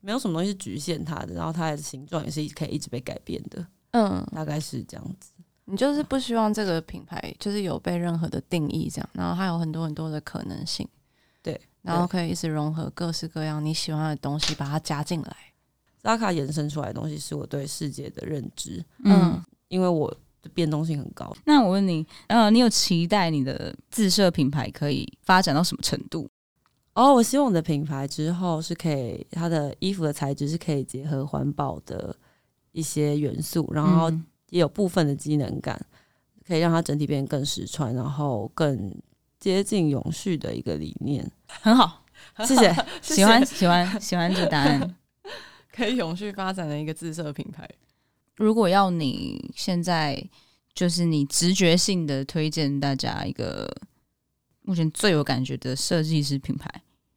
Speaker 1: 没有什么东西是局限它的，然后它的形状也是可以一直被改变的，
Speaker 3: 嗯，
Speaker 1: 大概是这样子。
Speaker 3: 你就是不希望这个品牌就是有被任何的定义这样，然后它有很多很多的可能性，
Speaker 1: 对，
Speaker 3: 然后可以一直融合各式各样你喜欢的东西，把它加进来。
Speaker 1: 扎卡延伸出来的东西是我对世界的认知，
Speaker 2: 嗯
Speaker 3: 嗯，
Speaker 1: 因为我的变动性很高，
Speaker 2: 那我问你，呃，你有期待你的自设品牌可以发展到什么程度？
Speaker 1: 哦，我希望我的品牌之后是可以，它的衣服的材质是可以结合环保的一些元素，然后
Speaker 2: 嗯
Speaker 1: 也有部分的机能感，可以让它整体变得更实穿，然后更接近永续的一个理念。
Speaker 2: 很好，
Speaker 1: 谢谢。
Speaker 2: 喜欢喜欢喜欢这答案。
Speaker 3: 可以永续发展的一个自设品牌。
Speaker 2: 如果要你现在就是你直觉性的推荐大家一个目前最有感觉的设计师品牌，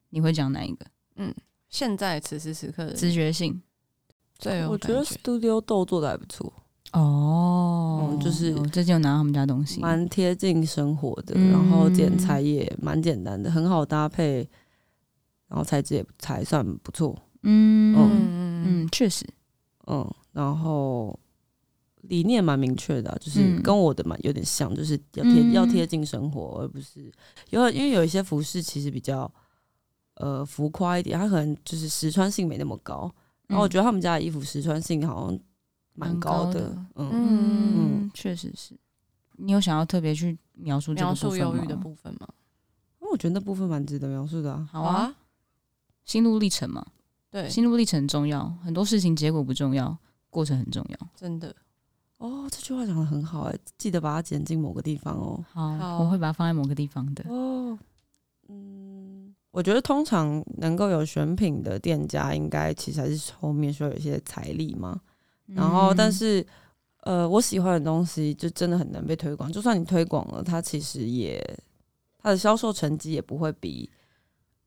Speaker 2: 你会讲哪一个？
Speaker 3: 现在此时此刻的
Speaker 2: 直觉性
Speaker 3: 最有
Speaker 1: 我觉得
Speaker 3: 感觉，
Speaker 1: Studio 豆做的还不错，
Speaker 2: 哦
Speaker 1: 嗯就是
Speaker 2: 我最近有拿到他们家东西，
Speaker 1: 蛮贴近生活的，
Speaker 2: 嗯
Speaker 1: 然后剪裁也蛮简单的，很好搭配，然后材质也才算不错。
Speaker 2: 嗯嗯
Speaker 3: 嗯嗯
Speaker 2: 嗯，确实，
Speaker 1: 嗯，然后理念蛮明确的啊、就是
Speaker 2: 嗯
Speaker 1: 跟我的蛮有点像，就是要贴、要
Speaker 2: 嗯
Speaker 1: 贴近生活，而不是因为因为有一些服饰其实比较呃浮夸一点，它可能就是实穿性没那么高。然后我觉得他们家的衣服实穿性好像嗯蛮
Speaker 2: 蛮
Speaker 1: 高
Speaker 2: 高
Speaker 1: 的，
Speaker 2: 的
Speaker 1: 嗯，
Speaker 2: 嗯，嗯，确实是。你有想要特别去描述这个
Speaker 3: 嗯描
Speaker 2: 部分
Speaker 3: 述忧郁的
Speaker 2: 吗
Speaker 3: 部分吗？
Speaker 1: 因为我觉得那部分蛮值得描述的啊。
Speaker 2: 好啊，，心路历程嘛，
Speaker 3: 对，
Speaker 2: 心路历程很重要，很多事情结果不重要，过程很重要。
Speaker 3: 真的，
Speaker 1: 哦，这句话讲的很好哎、记得把它剪进某个地方哦。
Speaker 2: 好，
Speaker 3: 好
Speaker 2: 我会把它放在某个地方的。
Speaker 1: 哦，嗯，我觉得通常能够有选品的店家，应该其实还是后面说有一些财力嘛。然后，但
Speaker 2: 嗯
Speaker 1: 是呃，我喜欢的东西就真的很难被推广，就算你推广了，它其实也它的销售成绩也不会比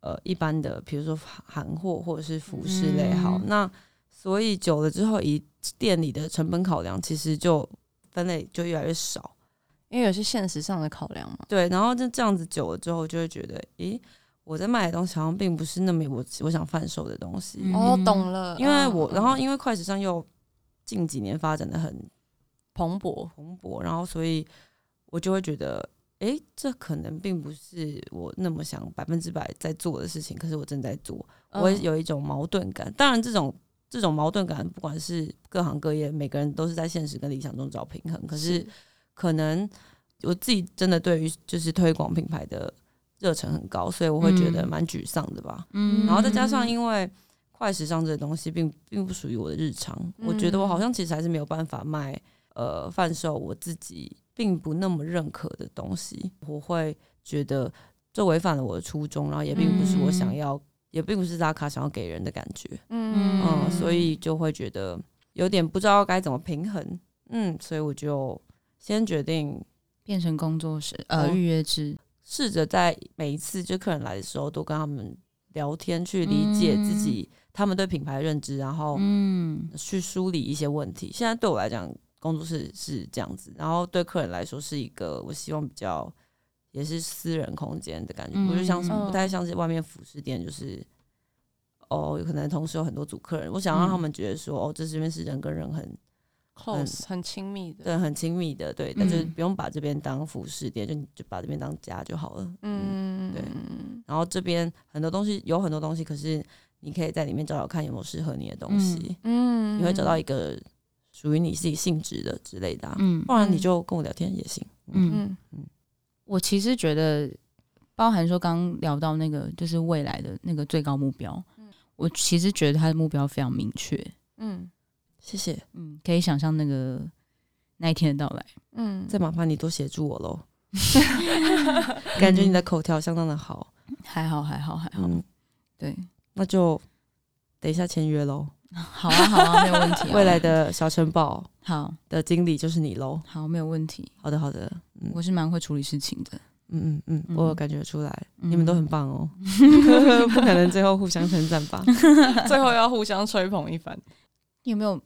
Speaker 1: 呃一般的，比如说韩货或者是服饰类好。
Speaker 2: 嗯
Speaker 1: 那所以久了之后，以店里的成本考量，其实就分类就越来越少。
Speaker 3: 因为有些现实上的考量嘛。
Speaker 1: 对，然后就这样子久了之后，就会觉得，诶，我在卖的东西好像并不是那么我我想贩售的东西，
Speaker 2: 嗯
Speaker 3: 哦，懂了，
Speaker 1: 因为
Speaker 3: 嗯
Speaker 1: 我，
Speaker 3: 嗯
Speaker 1: 然后
Speaker 3: 嗯
Speaker 1: 因为快时尚又近几年发展的很
Speaker 3: 蓬勃，
Speaker 1: 蓬勃，然后所以我就会觉得，诶，这可能并不是我那么想百分之百在做的事情，可是我正在做，我会
Speaker 3: 嗯
Speaker 1: 有一种矛盾感。当然，这种这种矛盾感，不管是各行各业，每个人都是在现实跟理想中找平衡，可是可能我自己真的对于就是推广品牌的热忱很高，所以我会觉得
Speaker 2: 嗯
Speaker 1: 蛮沮丧的吧。
Speaker 2: 嗯
Speaker 1: 然后再加上，因为快时尚这个东西并并不属于我的日常，我觉得我好
Speaker 2: 嗯
Speaker 1: 像其实还是没有办法卖呃贩售我自己并不那么认可的东西，我会觉得这违反了我的初衷，然后也并不是我想
Speaker 2: 嗯
Speaker 1: 要，也并不是扎卡想要给人的感觉，
Speaker 3: 嗯
Speaker 1: 嗯，所
Speaker 2: 嗯
Speaker 1: 以就会觉得有点不知道该怎么平衡，嗯，所以我就先决定
Speaker 2: 变成工作室呃
Speaker 1: 哦
Speaker 2: 预约制，
Speaker 1: 试着在每一次就客人来的时候，都跟他们聊天，去理解自己、他们对品牌认知，然后
Speaker 2: 嗯
Speaker 1: 去梳理一些问题。现在对我来讲，工作室是这样子，然后对客人来说是一个我希望比较也是私人空间的感觉，
Speaker 2: 嗯
Speaker 1: 我就像是
Speaker 3: 嗯
Speaker 1: 不太像是外面服饰店，就是。哦，有可能同时有很多组客人，我想让他们觉得说，哦，这这边是人跟人很
Speaker 3: close 很亲密的，
Speaker 1: 对很亲密的，对，但就是
Speaker 2: 嗯
Speaker 1: 不用把这边当服饰店，就你就把这边当家就好了。嗯，
Speaker 3: 嗯，
Speaker 1: 对
Speaker 3: 嗯
Speaker 1: 然然后这边很多东西有很多东西，可是你可以在里面找找看有没有适合你的东西，
Speaker 3: 嗯
Speaker 1: 你会找到一个属于你自己性质的之类的、啊。
Speaker 2: 嗯
Speaker 1: 不然你就跟我聊天也行。
Speaker 2: 嗯，
Speaker 3: 嗯
Speaker 2: 我其实觉得，包含说刚聊到那个就是未来的那个最高目标，
Speaker 1: 嗯
Speaker 2: 我其实觉得他的目标非常明确，
Speaker 3: 嗯
Speaker 1: 谢谢，
Speaker 2: 嗯，可以想象那个那一天的到来。
Speaker 3: 嗯，
Speaker 1: 再麻烦你多协助我喽。感觉你的口条相当的好，
Speaker 2: 还好，还好，还好，
Speaker 1: 嗯，
Speaker 2: 对，
Speaker 1: 那就等一下签约喽。
Speaker 2: [LAUGHS] 好啊，好啊，没有问题、啊。
Speaker 1: [LAUGHS] 未来的小城堡
Speaker 2: 好
Speaker 1: 的经理就是你喽。
Speaker 2: 好没有问题，
Speaker 1: 好的，好的，嗯
Speaker 2: 我是蛮会处理事情的。
Speaker 1: 嗯嗯嗯，
Speaker 2: 嗯
Speaker 1: 我有感觉出来，
Speaker 2: 嗯
Speaker 1: 你们都很棒
Speaker 2: [LAUGHS]
Speaker 1: 哦， [LAUGHS] 不可能最后互相称赞吧？
Speaker 3: [LAUGHS] 最后要互相吹捧一番。
Speaker 2: 你有没有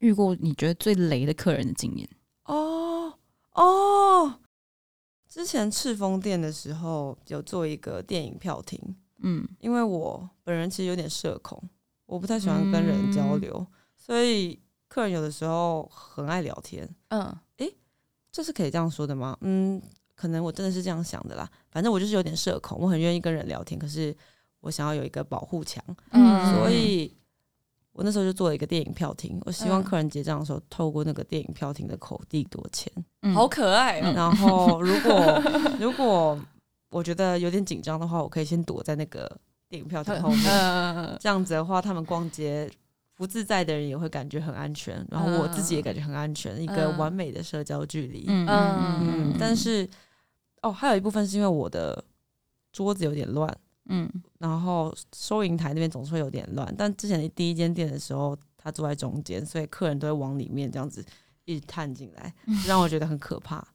Speaker 2: 遇过你觉得最雷的客人的经验？
Speaker 1: 哦哦，之前赤峰店的时候有做一个电影票亭，
Speaker 2: 嗯，
Speaker 1: 因为我本人其实有点社恐，我不太喜欢跟人交流，所以客人有的时候很爱聊天，
Speaker 3: 嗯
Speaker 1: 这是可以这样说的吗？嗯，可能我真的是这样想的啦。反正我就是有点社恐，我很愿意跟人聊天，可是我想要有一个保护墙，
Speaker 2: 嗯
Speaker 1: 所以我那时候就做了一个电影票亭，我希望客人结账的时候透过那个电影票亭的口递多钱。
Speaker 2: 嗯
Speaker 3: 好可爱哦。
Speaker 1: 然后如果如果我觉得有点紧张的话，我可以先躲在那个电影票亭后面。
Speaker 3: 嗯
Speaker 1: 这样子的话，他们逛街不自在的人也会感觉很安全，然后我自己也感觉很安全，一个完美的社交距离。嗯
Speaker 2: 嗯嗯嗯，
Speaker 1: 但是哦，还有一部分是因为我的桌子有点乱，
Speaker 2: 嗯
Speaker 1: 然后收银台那边总是会有点乱。但之前的第一间店的时候，他坐在中间，所以客人都会往里面这样子一直探进
Speaker 2: [LAUGHS]
Speaker 1: 来，让我觉得很可怕。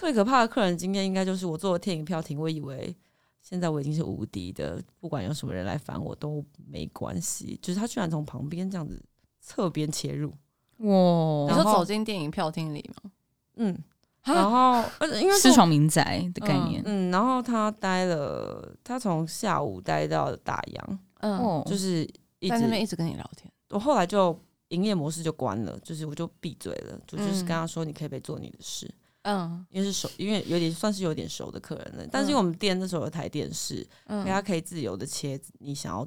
Speaker 1: 最可怕的客人经验应该就是我做了电影票亭，我以为现在我已经是无敌的，不管有什么人来烦我都没关系。就是他居然从旁边这样子侧边切入，
Speaker 2: 哇嗯
Speaker 3: 嗯你说走进电影票厅里吗？
Speaker 1: 嗯，然后而且因为
Speaker 2: 私
Speaker 1: 是
Speaker 2: 闯民宅的概念。
Speaker 1: 嗯，然后他待了，他从下午待到大洋，
Speaker 3: 嗯，
Speaker 2: 哦，
Speaker 1: 就是是一
Speaker 3: 在那边
Speaker 1: 直
Speaker 3: 一直跟你聊天。
Speaker 1: 我后来就营业模式就关了，就是我就闭嘴了，就就是
Speaker 3: 嗯
Speaker 1: 跟他说你可以不可以做你的事，
Speaker 3: 嗯
Speaker 1: 因为是熟，因为有点算是有点熟的客人了，但是
Speaker 3: 嗯
Speaker 1: 因为我们店那时候有台电视，
Speaker 3: 嗯
Speaker 1: 因为他可以自由的切你想要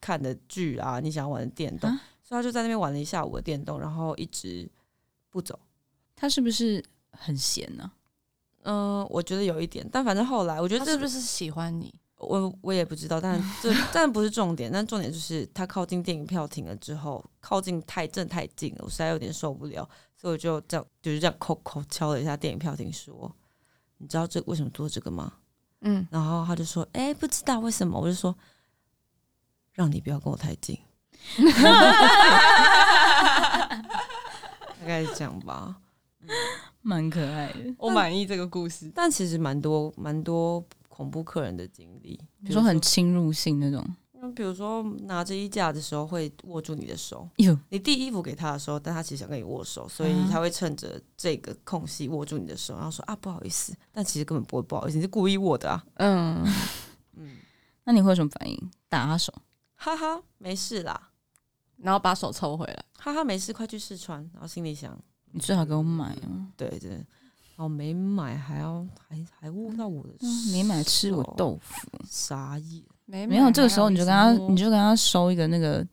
Speaker 1: 看的剧啊，你想要玩的电动，
Speaker 2: 啊
Speaker 1: 所以他就在那边玩了一下午的电动，然后一直不走。
Speaker 2: 他是不是很闲呢？
Speaker 1: 嗯，我觉得有一点，但反正后来我觉得
Speaker 3: 他
Speaker 1: 这
Speaker 3: 是不是喜欢你？
Speaker 1: 我我也不知道，但
Speaker 2: [LAUGHS]
Speaker 1: 这但不是重点，但重点就是他靠近电影票停了之后，靠近太正太近了，我实在有点受不了，所以我就这样就是这样扣扣敲了一下电影票亭，说：“你知道这为什么做这个吗
Speaker 3: 嗯？”，
Speaker 1: 然后他就说：“哎、不知道为什么。”我就说：“让你不要跟我太近。” [LAUGHS] 大概是这样吧。
Speaker 2: 蛮可爱的。
Speaker 3: 我满意这个故事。
Speaker 1: 但其实蛮多蛮多恐怖客人的经历，比
Speaker 2: 你
Speaker 1: 如
Speaker 2: 说很侵入性那种，
Speaker 1: 嗯，比如说拿着衣架的时候会握住你的手，
Speaker 2: 哟，
Speaker 1: 你递衣服给他的时候，但他其实想跟你握手，所以
Speaker 2: 啊
Speaker 1: 他会趁着这个空隙握住你的手，然后说啊不好意思，但其实根本不会不好意思，你是故意握的啊，
Speaker 3: 嗯，
Speaker 1: 嗯，
Speaker 2: 那你会有什么反应？打他手？
Speaker 1: 哈哈，没事啦，
Speaker 3: 然后把手抽回来。
Speaker 1: 哈哈，没事，快去试穿，然后心里想，
Speaker 2: 你最好给我买哦，
Speaker 1: 对对，哦没买还要还还握到我的手，
Speaker 2: 嗯没买吃我豆腐。
Speaker 1: 傻眼，
Speaker 3: 没
Speaker 2: 没有，
Speaker 1: 啊
Speaker 2: 这个时候你就跟他，你
Speaker 3: 就
Speaker 2: 就跟他收一个那个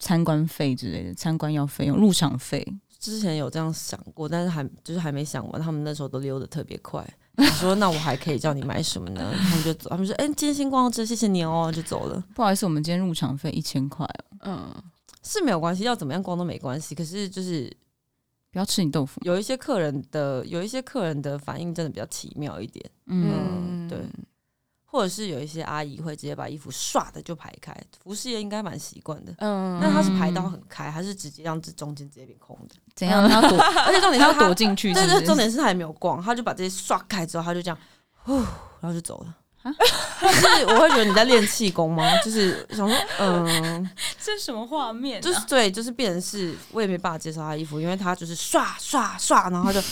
Speaker 2: 参观费之类的，参观要费用、入场费。
Speaker 1: 之前有这样想过，但是还就是还没想完，他们那时候都溜得特别快。我说：“那我还可以叫你买什么呢？”他们就走，他们说：“哎、今天先逛到这，谢谢你哦。”就走了，
Speaker 2: 不好意思，我们今天入场费一千块哦，
Speaker 3: 嗯
Speaker 1: 是没有关系，要怎么样逛都没关系。可是就是
Speaker 2: 不要吃你豆腐。
Speaker 1: 有一些客人的有一些客人的反应真的比较奇妙一点，
Speaker 2: 嗯，
Speaker 1: 嗯对或者是有一些阿姨会直接把衣服唰的就排开，服饰业应该蛮习惯的。
Speaker 3: 嗯
Speaker 1: 但他是排到很开，还是直接让这中间直接变空的？
Speaker 2: 怎样？他要
Speaker 1: [LAUGHS]
Speaker 2: 躲，
Speaker 1: 而且重
Speaker 2: 他
Speaker 1: 点是
Speaker 2: 要
Speaker 1: 他
Speaker 2: 躲，进去，
Speaker 1: 对
Speaker 2: 是不
Speaker 1: 对，
Speaker 2: 是
Speaker 1: 重点是他还没有逛，他就把这些刷开之后，他就这样，呼，然后就走了。
Speaker 2: 啊
Speaker 1: [LAUGHS] 就是我会觉得你在练气功吗？就是想说，
Speaker 3: [LAUGHS]
Speaker 1: 嗯，
Speaker 2: 这是什么画面啊？
Speaker 1: 就是对，就是变成是我也没办法接受他的衣服，因为他就是刷刷刷，然
Speaker 3: [LAUGHS]
Speaker 1: 后他就，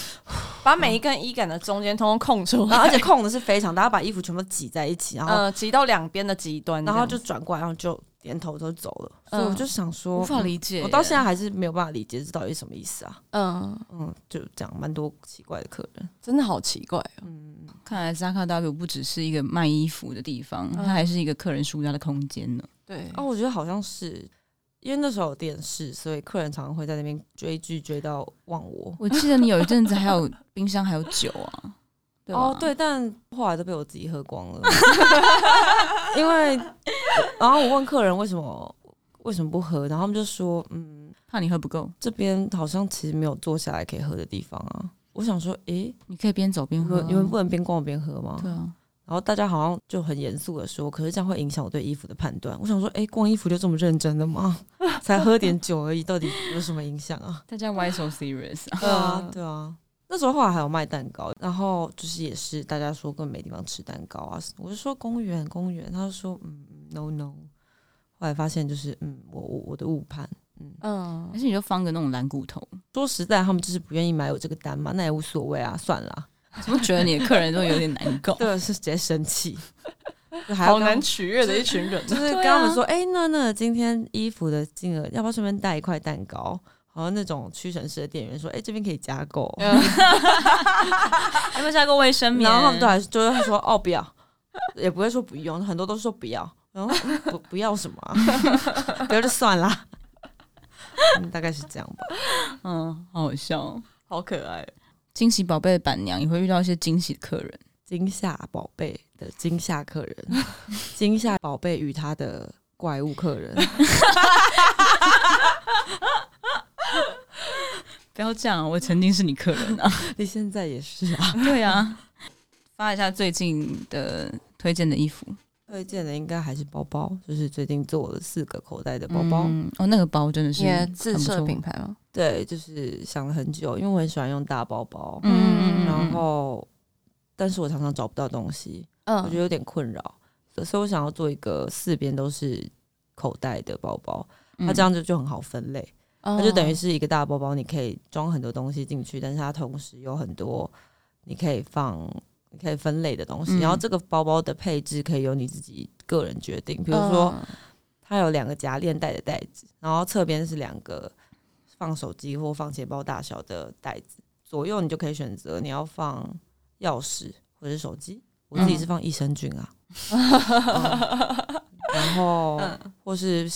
Speaker 3: 把每一根衣杆的中间通通空出来，嗯
Speaker 1: 然后而
Speaker 3: [LAUGHS]
Speaker 1: 且空的是非常大，他把衣服全部挤在一起，然后、
Speaker 3: 呃挤到两边的极端，
Speaker 1: 然后就转过来，然后就点头就走了，所以我就想说，
Speaker 3: 无法
Speaker 1: 嗯
Speaker 3: 理解耶。
Speaker 1: 我到现在还是没有办法理解这到底是什么意思啊。
Speaker 3: 嗯，
Speaker 1: 嗯，就这样，蛮多奇怪的客人。
Speaker 3: 真的好奇怪哦。
Speaker 1: 嗯，
Speaker 2: 看来 Zaka W 不只是一个卖衣服的地方，它
Speaker 3: 嗯
Speaker 2: 还是一个客人舒压的空间呢。
Speaker 3: 对，
Speaker 1: 啊，我觉得好像是因为那时候有电视，所以客人常常会在那边追剧追到忘我。
Speaker 2: 我记得你有一阵子还有冰箱还有酒 [LAUGHS] 啊，对吧
Speaker 1: 哦，，对，但后来都被我自己喝光了， [LAUGHS] 因为然后我问客人为什么为什么不喝，然后他们就说，嗯，
Speaker 2: 怕你喝不够，
Speaker 1: 这边好像其实没有坐下来可以喝的地方啊。我想说，诶，
Speaker 2: 你可以边走边
Speaker 1: 你
Speaker 2: 喝啊、
Speaker 1: 们你们不能边逛边喝吗？
Speaker 2: 对啊，
Speaker 1: 然后大家好像就很严肃的说，可是这样会影响我对衣服的判断。我想说，诶，逛衣服就这么认真的吗？ [LAUGHS] 才喝点酒而已，到底有什么影响啊？
Speaker 2: 大家 why so serious 啊？
Speaker 1: [LAUGHS] 对啊，对啊。那时候后来还有卖蛋糕，然后就是也是大家说根本没地方吃蛋糕啊，我就说公园公园，他就说嗯嗯 no no，后来发现就是嗯我我我的误判，
Speaker 3: 嗯
Speaker 2: 还，是你就放个那种蓝骨头，
Speaker 1: 说实在他们就是不愿意买我这个单嘛，那也无所谓啊，算了，
Speaker 2: 怎么觉得你的客人都有点难 [LAUGHS] 搞？
Speaker 1: 对，是直接生气， [LAUGHS] 就还要
Speaker 3: 好
Speaker 1: 跟他
Speaker 3: 难取悦的一群人
Speaker 1: 就
Speaker 3: 啊。
Speaker 1: 是
Speaker 2: 对
Speaker 1: 跟
Speaker 2: 啊
Speaker 1: 他们说，哎、那那今天衣服的金额要不要顺便带一块蛋糕？好像那种屈臣氏的店员说，哎、这边可以加购，
Speaker 2: 还没加过卫生棉，
Speaker 1: 然后他们都还是就是会说哦不要，也不会说不用，很多都说不要，然后嗯不 [LAUGHS] 不要什么、啊，不要就算啦、 [LAUGHS] 嗯，大概是这样吧。
Speaker 2: 嗯，好好笑哦。
Speaker 3: 好可爱哦，
Speaker 2: 惊喜宝贝的板娘也会遇到一些惊喜的客人，
Speaker 1: 惊吓宝贝的惊吓客
Speaker 2: [LAUGHS]
Speaker 1: 人，惊吓宝贝与他的怪物客人， [LAUGHS]
Speaker 2: 不要这样啊，我曾经是你客人啊。
Speaker 1: 你现在也是啊。
Speaker 2: [LAUGHS] 对啊，发一下最近的推荐的衣服
Speaker 1: 推荐的应该还是包包，就是最近做了四个口袋的包包。
Speaker 2: 嗯哦，那个包真的是
Speaker 3: 你的自
Speaker 2: 很不
Speaker 3: 设
Speaker 2: 错
Speaker 3: 品，牌吗？
Speaker 1: 对，就是想了很久，因为我很喜欢用大包包，
Speaker 2: 嗯嗯嗯，
Speaker 1: 然后但是我常常找不到东西，
Speaker 3: 嗯，
Speaker 1: 我觉得有点困扰，所所以我想要做一个四边都是口袋的包包，
Speaker 2: 嗯
Speaker 1: 它这样就就很好分类，
Speaker 3: 它
Speaker 1: 它就等
Speaker 3: 嗯
Speaker 1: 于是一个大包包，你可以装很多东西进去，但是它同时有很多你可以放。你可以分类的东西，
Speaker 2: 嗯
Speaker 1: 然后这个包包的配置可以由你自己个人决定。比如
Speaker 2: 嗯
Speaker 1: 说，它有两个夹链袋的袋子，然后侧边是两个放手机或放钱包大小的袋子，左右你就可以选择你要放钥匙或者是手机。我自己是放益生菌啊，然后或是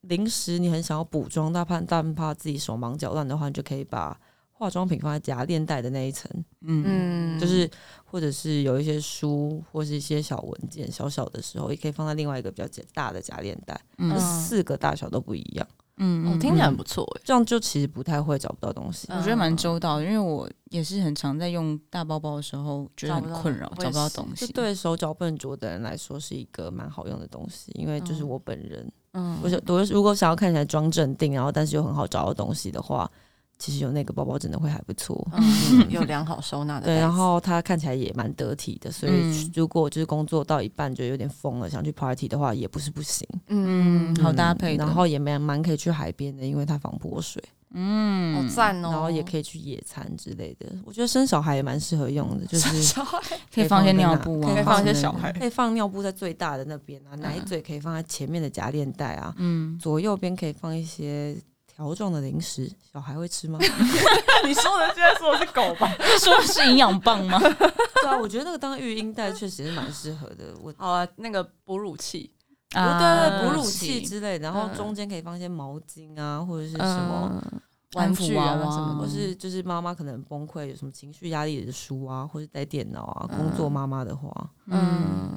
Speaker 1: 零食，你很想要补妆，但怕但怕自己手忙脚乱的话，你就可以把化妆品放在夹链袋的那一层，
Speaker 2: 嗯
Speaker 3: 嗯
Speaker 1: 就是或者是有一些书或是一些小文件，小小的时候也可以放在另外一个比较简大的夹链袋。
Speaker 2: 嗯
Speaker 1: 这
Speaker 3: 嗯
Speaker 1: 四个大小都不一样，
Speaker 2: 嗯
Speaker 3: 我
Speaker 2: 嗯，
Speaker 3: 听起来很
Speaker 2: 嗯
Speaker 3: 不错哎。
Speaker 1: 这样就其实不太会找不到东西。
Speaker 3: 嗯
Speaker 2: 我觉得蛮周到的，因为我也是很常在用大包包的时候觉得
Speaker 3: 找
Speaker 2: 很
Speaker 3: 不到
Speaker 2: 困扰，
Speaker 3: 我
Speaker 2: 找
Speaker 3: 也
Speaker 2: 不到
Speaker 3: 是
Speaker 2: 东
Speaker 1: 这
Speaker 2: 西。
Speaker 1: 对手脚笨拙的人来说是一个蛮好用的东西，因为就是
Speaker 3: 嗯
Speaker 1: 我本人，
Speaker 3: 嗯
Speaker 1: 我想我如果想要看起来装镇定，然后但是又很好找到东西的话，其实有那个包包真的会还不错。 [LAUGHS]
Speaker 3: 嗯有良好收纳的袋
Speaker 1: 对，
Speaker 3: 子，
Speaker 1: 然后它看起来也蛮得体的，所以
Speaker 2: 嗯
Speaker 1: 如果就是工作到一半就有点疯了，想去 party 的话也不是不行。
Speaker 2: 嗯，好搭配的。
Speaker 1: 然后也蛮蛮可以去海边的，因为它防泼水，
Speaker 2: 嗯，
Speaker 3: 好赞哦，
Speaker 1: 然后也
Speaker 3: [LAUGHS]
Speaker 1: 可以去野餐之类的。我觉得生小孩也蛮适合用的，就 [LAUGHS]
Speaker 3: [LAUGHS]
Speaker 1: 是
Speaker 3: 小孩
Speaker 2: 可以放一些尿布嗯啊，
Speaker 1: 可以
Speaker 3: 放一
Speaker 2: 之
Speaker 3: 些
Speaker 2: 类的
Speaker 3: 小孩。
Speaker 1: 可以放尿布在最大的那边啊，奶嘴可以放在前面的夹链袋啊， [LAUGHS]
Speaker 2: 嗯，
Speaker 1: 左右边可以放一些条状的零食，小孩会吃吗？ [LAUGHS]
Speaker 3: 你说的现在说的是狗吧？
Speaker 2: 说是营养棒吗？
Speaker 1: 对啊，我觉得那个当育婴袋确实是蛮适合的。我
Speaker 3: 好啊，那个哺乳器，
Speaker 1: 我对对，
Speaker 3: 啊
Speaker 1: 哺乳器之类，然后
Speaker 3: 嗯
Speaker 1: 中间可以放一些毛巾啊，或者是什么，
Speaker 2: 嗯玩具啊
Speaker 3: 安抚娃娃
Speaker 2: 什么
Speaker 1: 或
Speaker 2: 的
Speaker 1: 是就是妈妈可能崩溃有什么情绪压力的书啊，或者带电脑啊，工作妈妈的话，
Speaker 2: 嗯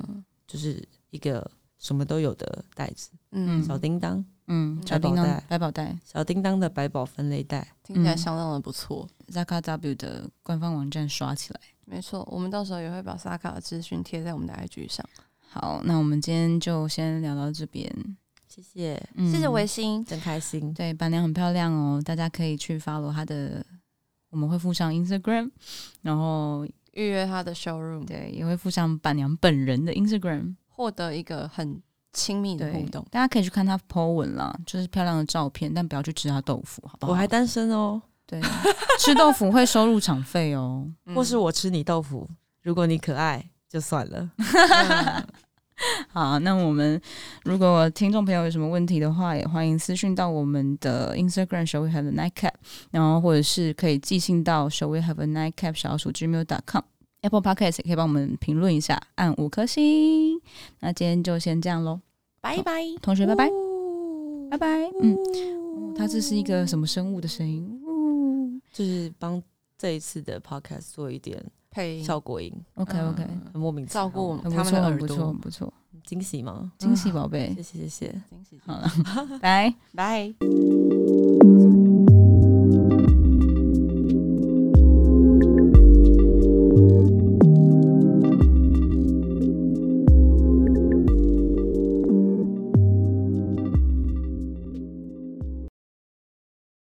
Speaker 3: 嗯
Speaker 1: 就是一个什么都有的袋子，
Speaker 3: 嗯
Speaker 1: 小叮当，
Speaker 2: 嗯，小
Speaker 1: 百宝
Speaker 2: 叮当
Speaker 1: 袋、
Speaker 2: 百宝袋、
Speaker 1: 小叮当的百宝分类袋。
Speaker 3: 听
Speaker 2: 嗯
Speaker 3: 起来相当的不错。
Speaker 2: Zaka W 的官方网站刷起来。
Speaker 3: 没错，我们到时候也会把萨卡的资讯贴在我们的 IG 上。
Speaker 2: 好，那我们今天就先聊到这边。
Speaker 1: 谢谢，
Speaker 2: 嗯
Speaker 3: 心，
Speaker 1: 真开心。
Speaker 2: 对，板娘很漂亮哦，大家可以去 follow 她的，我们会附上 Instagram，然后
Speaker 3: 预约他的 showroom，
Speaker 2: 对也会附上板娘本人的 Instagram，
Speaker 3: 获得一个很亲密的
Speaker 2: 对
Speaker 3: 互动，。
Speaker 2: 大家可以去看她 po 文啦，就是漂亮的照片，但不要去吃她豆腐，好不好？
Speaker 1: 我还单身哦，
Speaker 2: 对吃豆腐会收入场费哦。
Speaker 3: 嗯
Speaker 1: 或是我吃你豆腐，如果你可爱就算了。
Speaker 3: 嗯
Speaker 2: [LAUGHS] 好，那我们如果听众朋友有什么问题的话，也欢迎私讯到我们的 Instagram Shall We Have a Nightcap，然后或者是可以寄信到 Shall We Have a Nightcap 小鼠 gmail.com。Apple Podcast 也可以帮我们评论一下，按五颗星。那今天就先这样喽，
Speaker 1: 拜拜，
Speaker 2: 同学拜拜，
Speaker 1: 呜
Speaker 2: 拜，拜。嗯，哦它这是一个什么生物的声音？呜
Speaker 1: 就是帮这一次的 podcast 做一点
Speaker 3: 配
Speaker 1: 效果音，
Speaker 2: OK OK，
Speaker 3: 嗯
Speaker 1: 很莫名其妙
Speaker 3: 照顾我们
Speaker 2: 很
Speaker 3: 他
Speaker 2: 不
Speaker 3: 们
Speaker 2: 错，
Speaker 3: 的
Speaker 2: 很
Speaker 3: 耳
Speaker 2: 不错，
Speaker 3: 朵嗯
Speaker 2: 很。不错，
Speaker 1: 惊喜吗？
Speaker 2: 惊喜宝贝
Speaker 1: 谢。谢谢谢。
Speaker 2: [LAUGHS]
Speaker 3: 惊喜
Speaker 2: 好了，拜。
Speaker 3: 拜。
Speaker 1: 嗯